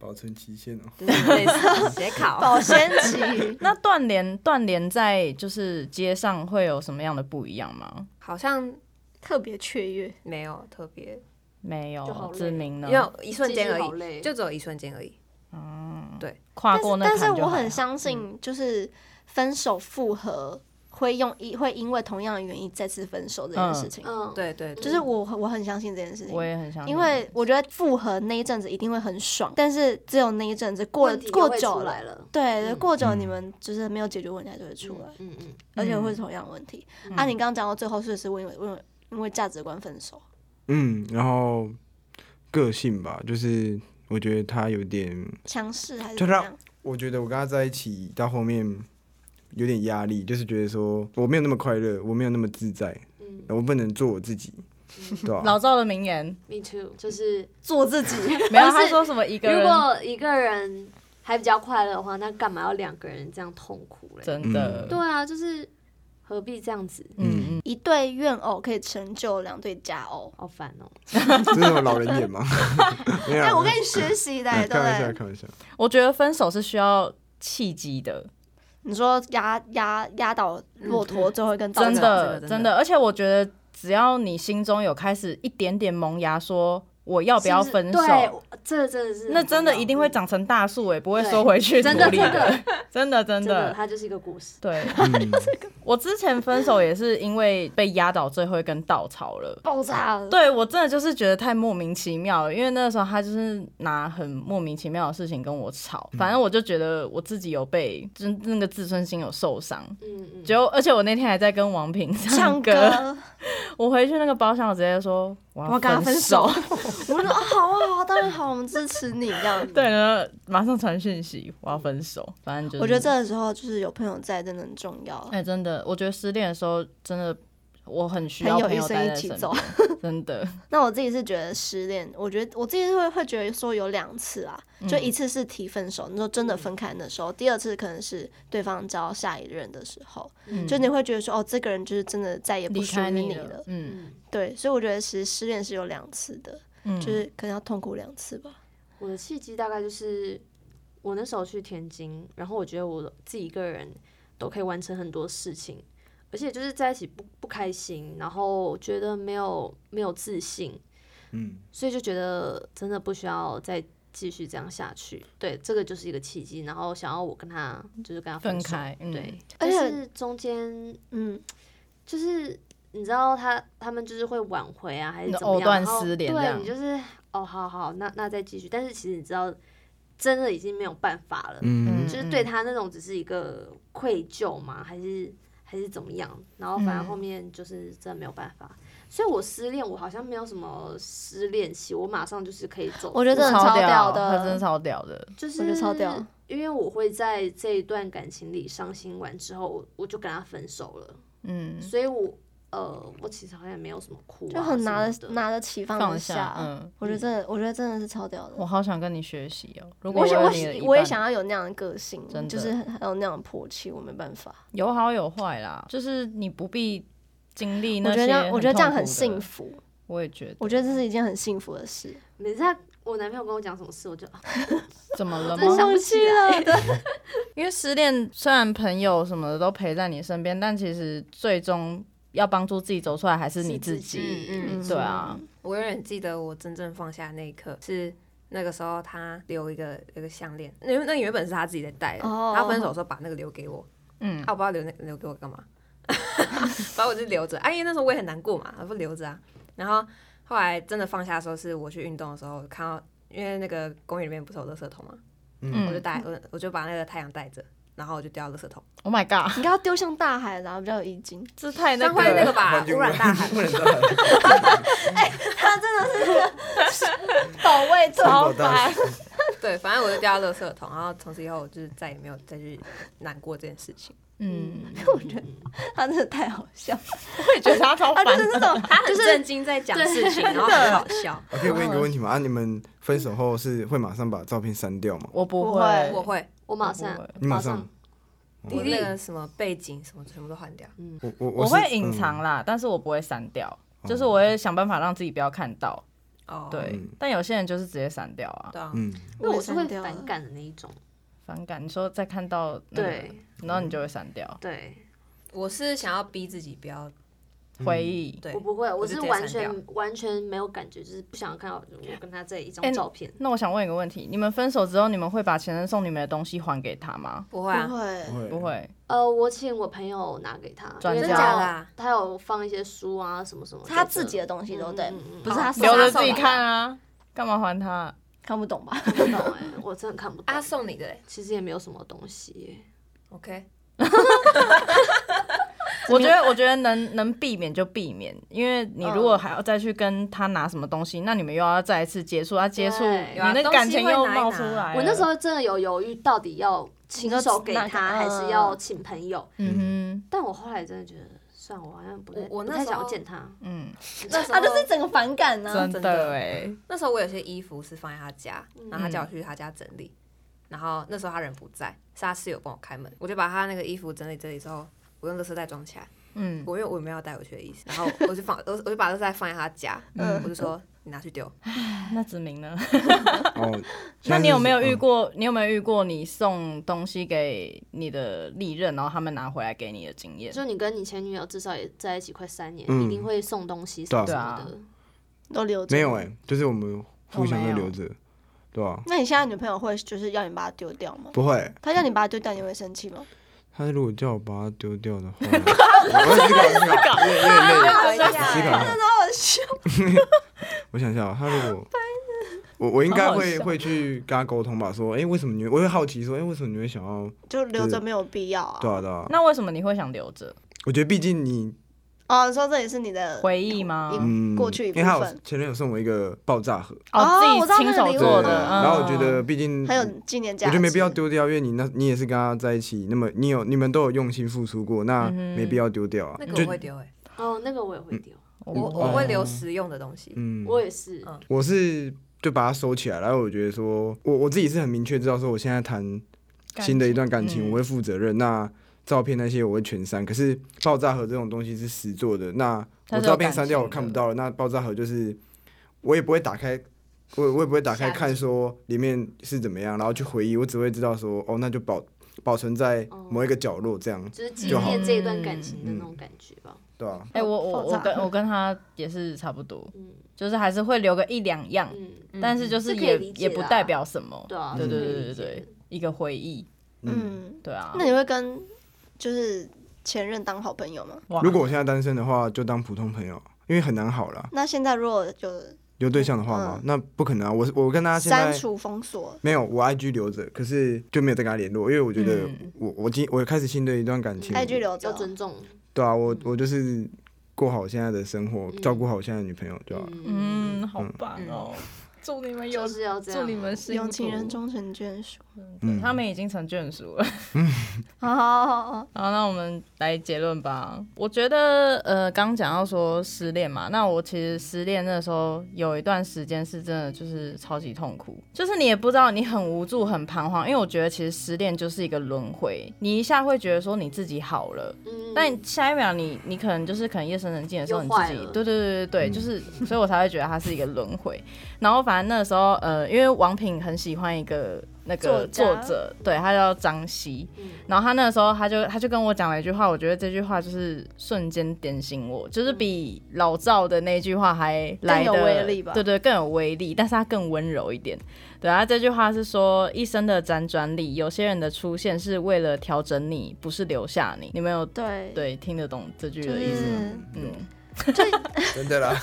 F: 保存期限哦、
D: 就是类似写 考。
C: 保鲜 期
B: 那断联断联在就是街上会有什么样的不一样吗？
D: 好像
C: 特别雀跃，
D: 没有特别，
B: 没
E: 就好
B: 有，
E: 累啊
B: 志明呢
D: 因？为一瞬
E: 嗯记
D: 间
E: 性
D: 而
E: 好
D: 已，
E: 累，
D: 就只有一瞬间而已。
B: 跨
C: 但
B: 过
C: 是
B: 那
C: 但
B: 坎
C: 是
B: 就
C: 我
B: 好
C: 很
B: 了嗯
C: 相信，就是分手复合会用一会因为同样的原因再次分手这件事情，
E: 嗯，
D: 对对对，
C: 就是我我很相信这件事情
B: 我。也很相信，
C: 因为我觉得复合那一阵子一定会很爽，但是只有那一阵子过了
E: 问题
C: 过
E: 就会
C: 久
E: 出来
C: 了，
E: 了，
C: 对，
D: 嗯
C: 过久了你
F: 嗯
C: 们就是没有解决问题，它就会出来。
E: 嗯嗯，
C: 而且会是同样的问题。
B: 嗯
C: 啊，你刚刚讲到最后是不是因为因为因为价值观分手？
F: 嗯，然后个性吧，就是我觉得他有点，
C: 强势还是
F: 就
C: 怎
F: 让
C: 样？
F: 我觉得我跟他在一起到后面有点压力，就是觉得说我没有那么快乐，我没有那么自在，我不能做我自己，对吧、
B: 老赵的名言，
E: ，me too，就是
C: 做自己，
B: 没有
E: 但
B: 他
E: 是
B: 说什么一个
E: 如
B: 人
E: 果一个人还比较快乐的话，那干嘛要两个人这样痛苦嘞？
B: 真的嗯
E: 对，啊，就是何必这样子，
B: 嗯嗯，
C: 一对怨偶可以成就两对佳偶。
E: 好烦哦。
F: 这是什么老人眼吗？没有
C: 哎、
F: 啦，
C: 我跟你学习的、
F: 哎
C: 对
F: 啊开玩笑，
C: 不对？
F: 开玩笑。
B: 我觉得分手是需要契机的，
C: 你说压压压倒骆驼最后一根稻
B: 嗯真
C: 草，
B: 的
D: 这个真的
B: 真的，而且我觉得只要你心中有开始一点点萌芽，说我要不要
E: 是是
B: 分手，
E: 对，这真的是
B: 那真的
E: 很
B: 一定会
E: 重
B: 长成大树，欸也不会
E: 对
B: 缩回去
E: 要，
B: 土
E: 真的
B: 里
E: 真的
B: 真的真
E: 真的，
B: 的。
E: 它就是一个故事。
B: 对，
F: 嗯，
B: 我之前分手也是因为被压倒最后一根稻草了。
C: 爆炸了。
B: 对我真的就是觉得太莫名其妙了，因为那个时候他就是拿很莫名其妙的事情跟我吵，
C: 嗯
B: 反正我就觉得我自己有被，就是那个自尊心有受伤。
E: 嗯嗯，
B: 结果，而且我那天还在跟王平
C: 唱
B: 唱歌，
C: 歌，
B: 我回去那个包厢，我直接说我
C: 我要跟他
B: 要
C: 分
B: 分
C: 手。我们说啊，好啊，好啊，当然好，我们支持你这样。
B: 对，，然后马上传讯息，我要分手。反正就是，
C: 我觉得这个时候就是有朋友在，真的很重要
B: 哎、。真的，我觉得失恋的时候真的我很需要
C: 朋友
B: 朋
C: 一
B: 友
C: 生
B: 待在
C: 一起
B: 身
C: 走
B: 边，，真的。
C: 那我自己是觉得失恋，我觉得我自己会会觉得说有两次啊，就
B: 嗯
C: 一次是提分手，你说真的分开的时候；第二次可能是对方交下一任的时候，
E: 嗯
C: 就你会觉得说哦，这个人就是真的再也不
B: 离
C: 属
B: 开
C: 于
B: 你
C: 了
B: 了，。嗯，
E: 嗯，
C: 对，所以我觉得其实失恋是有两次的，
B: 嗯
C: 就是可能要痛苦两次吧。
E: 我的契机大概就是我那时候去天津，然后我觉得我自己一个人都可以完成很多事情，而且就是在一起不不开心，然后觉得没有没有自信，
F: 嗯，
E: 所以就觉得真的不需要再继续这样下去。对，这个就是一个契机，然后想要我跟他就是跟他
B: 分
E: 手
B: 开嗯
E: 对，但
C: 而且
E: 是中间
C: 嗯，
E: 就是你知道他他们就是会挽回啊，还是
B: 那
E: 怎么
B: 藕
E: 样？
B: 断
E: 然后
B: 丝连这
E: 对
B: 样
E: 你就是哦，好好，那那再继续。但是其实你知道，真的已经没有办法了，
F: 嗯
B: 嗯
E: 就是对他那种只是一个愧疚嘛，还是还是怎么样？然后反正
B: 嗯
E: 后面就是真的没有办法。所以我失恋，我好像没有什么失恋期，我马上就是可以走。
C: 我觉得这很
B: 超
C: 超屌
B: 他真的
C: 的，
B: 超屌的，
E: 就是
C: 我觉得超屌
E: 因为我会在这一段感情里伤心完之后，我我就跟他分手了。
B: 嗯，
E: 所以我呃，我其实好像也没有什么哭、啊，
C: 就很拿
E: 什
C: 得
E: 么的。
C: 拿得起放
B: 放
C: 得
B: 下，嗯，
C: 我觉得真的，我觉得真的是超屌的。
B: 我好想跟你学习哦。如果
C: 我想，我
B: 有你的一
C: 喜我也
B: 半
C: 想要有那样的个性
B: 真，的
C: 就是很有那样的魄气，我没办法。
B: 有好有坏啦，就是你不必经历
C: 我
B: 那些
C: 觉得
B: 很痛苦
C: 这
B: 的。
C: 样，我觉得这样很幸福。
B: 我也觉得。
C: 我觉得这是一件很幸福的事。
E: 每次他我男朋友跟我讲什么事，我就啊
B: 怎么了
E: 真
B: 吗？
E: 想不起来。
B: 因为失恋虽然朋友什么的都陪在你身边，但其实最终要帮助自己走出来还是你自己。
D: 嗯嗯，
B: 对啊，
D: 我永远记得我真正放下那一刻是那个时候，他留一个一个项链，因为那个原本是他自己在戴的，
C: 哦
D: 他分手的时候把那个留给我，
B: 嗯
D: 啊，我不知道留那留给我干嘛， 反正我就留着。啊，因为那时候我也很难过嘛，我就留着啊。然后后来真的放下的时候，是我去运动的时候，看到因为那个公园里面不是有垃圾桶嘛，我就
B: 嗯
D: 带我我就把那个太阳带着，然后我就掉到垃圾桶，
B: ，Oh my god，
C: 你应该要丢向大海啦，比较有意境。
B: 这太
D: 这
B: 哎那
D: 样会那
B: 个了。
D: 个吧
F: 环，境
D: 污染大海。
F: 污染大海，
C: 保卫
F: 环保大使
D: 对，反正我就掉到垃圾桶，然后从此以后我就是再也没有再去难过这件事情。
B: 嗯，
C: 我觉得他真的太好笑，
B: 我 也觉得他超
C: 他
B: 烦
C: 啊就
B: 的
C: 是。那种
D: 他很震惊在讲事情，然后很好笑。
F: 我可以问一个问题吗？啊，你们分手后是会马上把照片删掉吗？
B: 我不
C: 不会
D: 我会，
E: 我马上
B: 我不会
F: 你马上，嗯
D: 我嗯那个什么背景什么全部都换掉。
F: 我我
B: 我
F: 是嗯
B: 会隐藏，啦，但是我不会删掉，就是我会想办法让自己不要看到。
D: 哦，
B: 对
F: 嗯，
B: 但有些人就是直接删掉啊，
D: 对啊，
F: 嗯，
E: 因为我是会
C: 删掉了
E: 反感的那一种。
B: 反感。你说再看到那个
E: 对
B: 然后你就会删掉
E: 对，
D: 我是想要逼自己不要
B: 回忆。
D: 对
E: 我，不会，我
D: 就是直接
E: 完
D: 删掉
E: 全完全没有感觉，就是不想看到我跟他在一张
B: 哎
E: 照片。
B: 那我想问一个问题：你们分手之后，你们会把前任送你们的东西还给他吗？
D: 不会啊
C: 不，会，
F: 会
B: 不，会，
E: 呃，我请我朋友拿给他，
B: 转
E: 因为
D: 真
B: 交
D: 假
E: 他
D: 的啊？
E: 他有放一些书啊什么什么在这，
C: 他自己的东西
E: 嗯
C: 都对
E: 嗯，嗯
C: 不是他送
B: 留着
C: 他送
B: 自己
C: 来的
B: 看啊，干嘛还他？
C: 看不懂吧？
E: 不懂哎，我真的看不懂
D: 啊，。送你的嘞
E: 其实也没有什么东西耶，
D: ，OK，
B: 我觉得，我觉得能能避免就避免，因为你如果还要再去跟他拿什么东西，那你们又要再一次接触，他接触
E: 对
B: 你那感情又冒出来了。
E: 我那时候真的有犹豫，到底要亲手给
C: 你说
E: 他，
C: 那个
E: 还是要请朋友。
B: 嗯
E: 但我后来真的觉得，算了，我好像不太，
D: 我我那
E: 不太
D: 时候
E: 想要见他。
B: 哼，嗯，
D: 那时
C: 他
D: 候
C: 就是整个反感啊呢。
B: 真
D: 真
B: 的
D: 的欸
B: 哎，
D: 那时候我有些衣服是放在他家，然后他叫我去他家整理，然后那时候他人不在，是他室友帮我开门，我就把他那个衣服整理整理之后，我用垃圾袋装起来。
B: 嗯，
D: 我因为我没有带回去的意思，然后我就放， 我我就把垃圾袋放在他家，我就说你拿去丢，
B: 那子明呢？
F: 哦，
B: 那你有没有遇
F: 嗯
B: 过？你有没有遇过你送东西给你的利刃，然后他们拿回来给你的经验？
E: 就你跟你前女友至少也在一起快三年，
F: 嗯
E: 一定会送东西什么
F: 对
E: 什
B: 啊
E: 么的。
C: 都留着
F: 没有哎、就是我们互
B: 哦
F: 相都留着，对吧、
C: 那你现在女朋友会就是要你把它丢掉吗？
F: 不会，
C: 她要你把它丢掉，你会生气吗？
F: 他如果叫我把它丢掉 的话，我会思考思 考，有点累，
D: 好
F: 思考一下。
C: 好笑，
F: 我想一下哦，他如果我我应该
B: 好好
F: 会
B: 笑
F: 会去跟他沟通吧，说，哎、为什么你会我会好奇说，哎、为什么你会想要
C: 就留着没有必要啊。
F: 对啊对啊？
B: 那为什么你会想留着
F: 我觉得毕竟你
C: 哦，你说这也是你的
B: 回忆吗？
C: 一
F: 嗯，
C: 过去一
F: 因
C: 部
F: 为他有
C: 分
F: 前任有送我一个爆炸盒，
C: 哦
B: 自
C: 我知道
B: 己亲手
C: 那个礼物
B: 做的，
F: 对然后我觉得
B: 嗯
F: 毕竟
C: 还有纪念价值，
F: 我觉得没必要丢掉，因为你那，你也是跟他在一起，那么你有你们都有用心付出过，那
B: 嗯哼
F: 没必要丢掉啊
D: 那。个
F: 就
D: 我会丢哎，
E: 哦，那个我也会丢，
D: 我我会留实用的东西，
F: 嗯，
E: 我也是。
D: 嗯
F: 我是就把它收起来，然后我觉得说，我我自己是很明确知道说，我现在谈新的一段感情，我会负责任。那照片那些我会全删，可是爆炸盒这种东西是实做的，那
B: 它
F: 我
B: 是有
F: 照片删
B: 感情
F: 掉
B: 的
F: 我看不到了，那爆炸盒就是我也不会打开，我我也不会打开
D: 下一集
F: 看说里面是怎么样，然后去回忆，我只会知道说，哦，那就保保存在
E: 哦
F: 某一个角落，这样
E: 就是纪
F: 就好
E: 念这一段感情的那种感觉吧。
F: 对吧、啊？
B: 哎、我我
C: 复杂
B: 我跟我跟他也是差不多，
E: 嗯
B: 就是还是会留个一两样，
E: 嗯，
B: 但是就是
E: 是可以
B: 也
E: 理解
B: 也不
E: 啦
B: 代表什么。
E: 对啊，
B: 嗯对对
E: 可以
B: 对
E: 理
B: 对
E: 解
B: 对，一个回忆，
C: 嗯，
B: 对啊。
C: 那你会跟就是前任当好朋友吗？
B: 哇
F: 如果我现在单身的话，就当普通朋友，因为很难好啦。
C: 那现在如果就
F: 有对象的话嘛，
C: 嗯
F: 那不可能啊！我我跟他现
C: 删
F: 在
C: 除封锁，
F: 没有，我 IG 留着，可是就没有再跟他联络，因为我觉得
B: 嗯
F: 我、我今我开始新的一段感情
C: IG 留着
E: 要
C: 哦，
E: 尊重，
F: 对啊，我我就是过好我现在的生活，
E: 嗯
F: 照顾好我现在的女朋友，对啊吧、
E: 嗯，
B: 嗯，好棒哦！祝你们有
E: 就，是要这样，
B: 祝你们幸福。
C: 有情人终成眷 属。
F: 嗯
B: 嗯对，他们已经成眷属了。
C: 好好好好，
B: 好，那我们来结论吧。我觉得，呃，刚讲到说失恋嘛，那我其实失恋那时候有一段时间是真的就是超级痛苦，就是你也不知道你很无助、很彷徨，因为我觉得其实失恋就是一个轮回，你一下会觉得说你自己好了，
E: 嗯，
B: 但下一秒你你可能就是可能夜深人静的时候，
E: 又
B: 你自
E: 坏
B: 己
E: 了
B: 对对对对对，就是，所以我才会觉得它是一个轮回。然后反正那时候呃，因为王品很喜欢一个那个
C: 作
B: 作
C: 家嗯
B: 者，对他叫张希，然后他那时候他就他就跟我讲了一句话，我觉得这句话就是瞬间点醒我，就是比老赵的那句话还来的
C: 嗯更有威力吧
B: 对对，更有威力，但是他更温柔一点。对啊，这句话是说一生的辗转里，有些人的出现是为了调整你，不是留下你。你们有
C: 对，
B: 对，听得懂这句
C: 就
B: 的意思吗？
C: 是
B: 嗯，
F: 真的啦，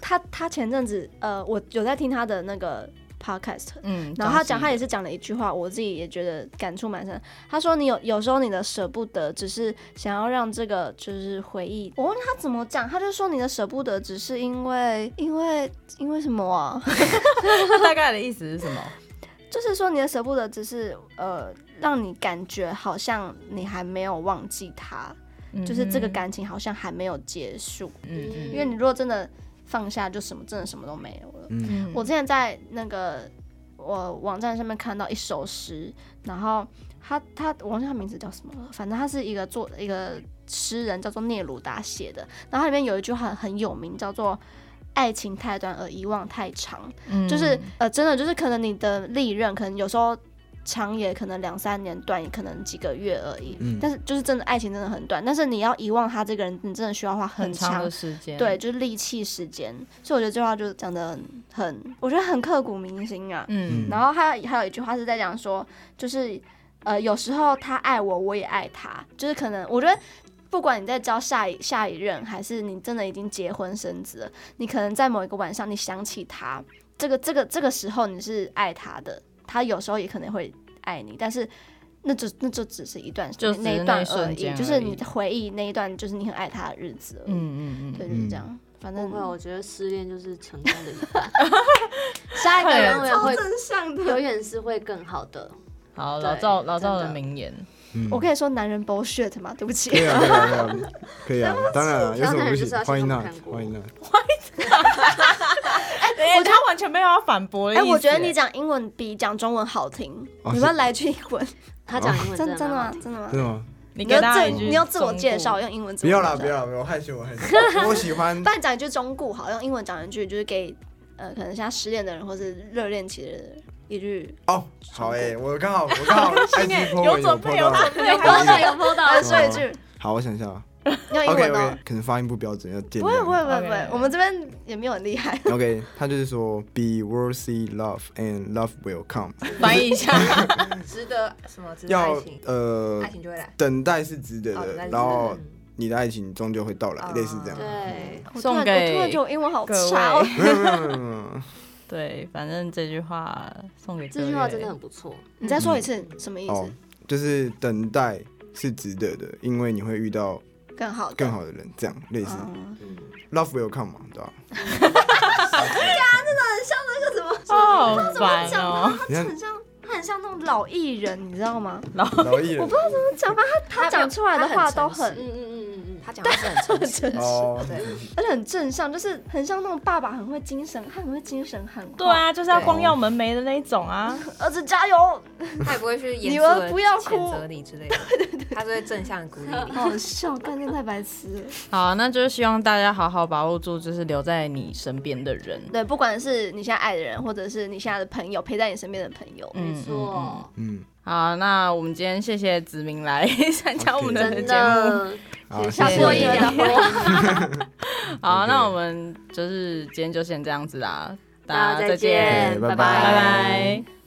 C: 他他前阵子呃，我有在听他的那个 podcast，
B: 嗯，
C: 然后他讲，他
B: 也
C: 也是讲了一句话，我自己也觉得感触蛮深。他说：“你有有时候你的舍不得，只是想要让这个就是回忆。”我问他怎么讲，他就说：“你的舍不得只是因为因为因为什么啊？
B: 大概的意思是什么？
C: 就是说你的舍不得只是呃，让你感觉好像你还没有忘记他，就是这个感情好像还没有结束。
B: 嗯，嗯
C: 因为你如果真的放下，就什么真的什么都没有了。”
F: 嗯，
B: 嗯
C: 我之前在那个我网站上面看到一首诗，然后他他我忘记他名字叫什么了，反正他是一个作一个诗人叫做聂鲁达写的，然后它里面有一句话很有名，叫做。爱情太短而遗忘太长，
B: 嗯
C: 就是呃，真的就是可能你的利刃，可能有时候长也可能两三年，短也可能几个月而已。
F: 嗯
C: 但是就是真的爱情真的很短，但是你要遗忘他这个人，你真的需要花
B: 很
C: 长
B: 的时间，
C: 对，，就是利器时间，所以我觉得这句话就讲的很，我觉得很刻骨铭心啊。
B: 嗯，
C: 然后还有还有一句话是在讲说，就是呃，有时候他爱我，我也爱他，就是可能我觉得。不管你在交下一下一任，还是你真的已经结婚生子了，你可能在某一个晚上你想起他，这个这个这个时候你是爱他的，他有时候也可能会爱你，但是那就那就只是一段
B: 就只
C: 那
B: 是
C: 一
B: 那
C: 段
B: 一瞬
C: 而已，
B: 间
C: 就
B: 而
C: 是
B: 已
C: 你回忆那一段就是你很爱他的日子而已。
B: 嗯嗯
C: 对，
B: 嗯，
C: 就是
F: 嗯
C: 这样。反
E: 不
C: 正
E: 会，我觉得失恋就是成功的一半，
C: 下一个
B: 快
C: 人
B: 点
E: 永远会
C: 上
E: 永远是会更好的。
B: 好，
E: 对
B: 老赵老赵
E: 真
B: 的
E: 的
B: 名言，
F: 嗯
C: 我可以说男人 bullshit 吗？对不起
F: 可，以啊，可以啊，可以啊，可以啊，当然啊，有什么不
E: 当然就是
F: 行？
E: 要
F: 欢迎那
E: 先看，过
F: 欢迎那，啊
B: 哎，他完全没有要反驳的意
C: 哎，
B: 思，
C: 我觉得你讲英文比讲中文好听，
F: 哦
C: 你们来句英文，
E: 他讲英文
C: 真
E: 的
C: 真的
E: 蛮好
C: 吗？
E: 听
C: 真的吗
F: 真？的吗？
B: 你
C: 你
B: 给
C: 要
B: 大家
C: 自
B: 一句，
C: 你要自我介绍，，用英文自
F: 不
C: 我
F: 要啦，
C: 介
F: 不
C: 绍
F: 要啦，我害羞，我害羞， 我喜欢
C: 不，然讲一句中顾好，用英文讲一句，就是给呃可能现在失恋的人或是热恋期的人一 句。
F: 哦，好哎，我刚好，我刚好 IG 破
B: 有
F: 文
B: 准备
F: 碰
B: 有
F: 到，
B: 准备，有
E: 有
B: 准备
E: 有 PO 到，
C: 呃，说一句，
F: 好，我想一下啊
C: 用英
F: ，OK
C: 文哦
F: OK，。可能发音不标准，要见
C: 不会不会不会不会
B: OK，OK，
C: 我们这边也没有很厉害。
F: OK，他就是说，Be worthy love and love will come，
B: 翻译一 下，
E: 嗯
D: 值得什么？值得
F: 要
D: 爱情，
F: 呃
D: 爱，情就会来。
F: 等待是值得
D: 哦等待
F: 的，
D: 是
F: 然后
D: 嗯
F: 你的爱情终究会到来，
D: 哦
F: 类似这样。
E: 对，
C: 我突然
B: 送
C: 我突然
B: 给
C: 觉得我英文好
B: 各
C: 差哦
B: 位。
F: 没有没有没有没有，
B: 对，反正这句话送给各
E: 这句话
B: 位
E: 真的很不错。
C: 你再说一次什么意
F: 哦
C: 思？，
F: 就是等待是值得的，因为你会遇到
C: 更好的
F: 更好的人，这样类
D: 哦
F: 似。
C: 嗯
F: Love will come 嘛，对 吧？
B: 哦好烦
C: 讲
B: 哦，
F: 你看
C: 很像，他很像那种老艺人，你知道吗？
F: 老艺人
C: 他讲出来的话都
E: 嗯
C: 很，
E: 嗯嗯嗯嗯，
D: 他讲的是很 诚实，
F: 哦，
C: 而且很正向，就是很像那种爸爸很会精神，他很会精神喊话。
B: 对，啊，就是要光耀门楣的那一种啊，
C: 儿子加油！
D: 他也不会去严
C: 你
D: 肃
C: 们
D: 的
C: 不要哭
D: 谴责你之类的，他是会正向鼓励你。
C: 好笑，概念太白痴了。
B: 好，那就是希望大家好好把握住，就是留在你身边的人。
C: 对，不管是你现在爱的人，或者是你现在的朋友，陪在你身边的朋友，
B: 嗯
E: 没错错，
F: 嗯，
B: 好，那我们今天谢谢子明来 参加我们的
F: OK
B: 节
E: 真
B: 目。
E: 的，
F: 好，
E: 下
B: 谢
E: 次
B: 谢
E: 我一定要
B: 点
E: 多
B: 好，那我们就是今天就先这样子啦，
E: 大家再
B: 见，
E: 见
F: 对
E: 拜
F: 拜
E: 拜
B: 拜拜。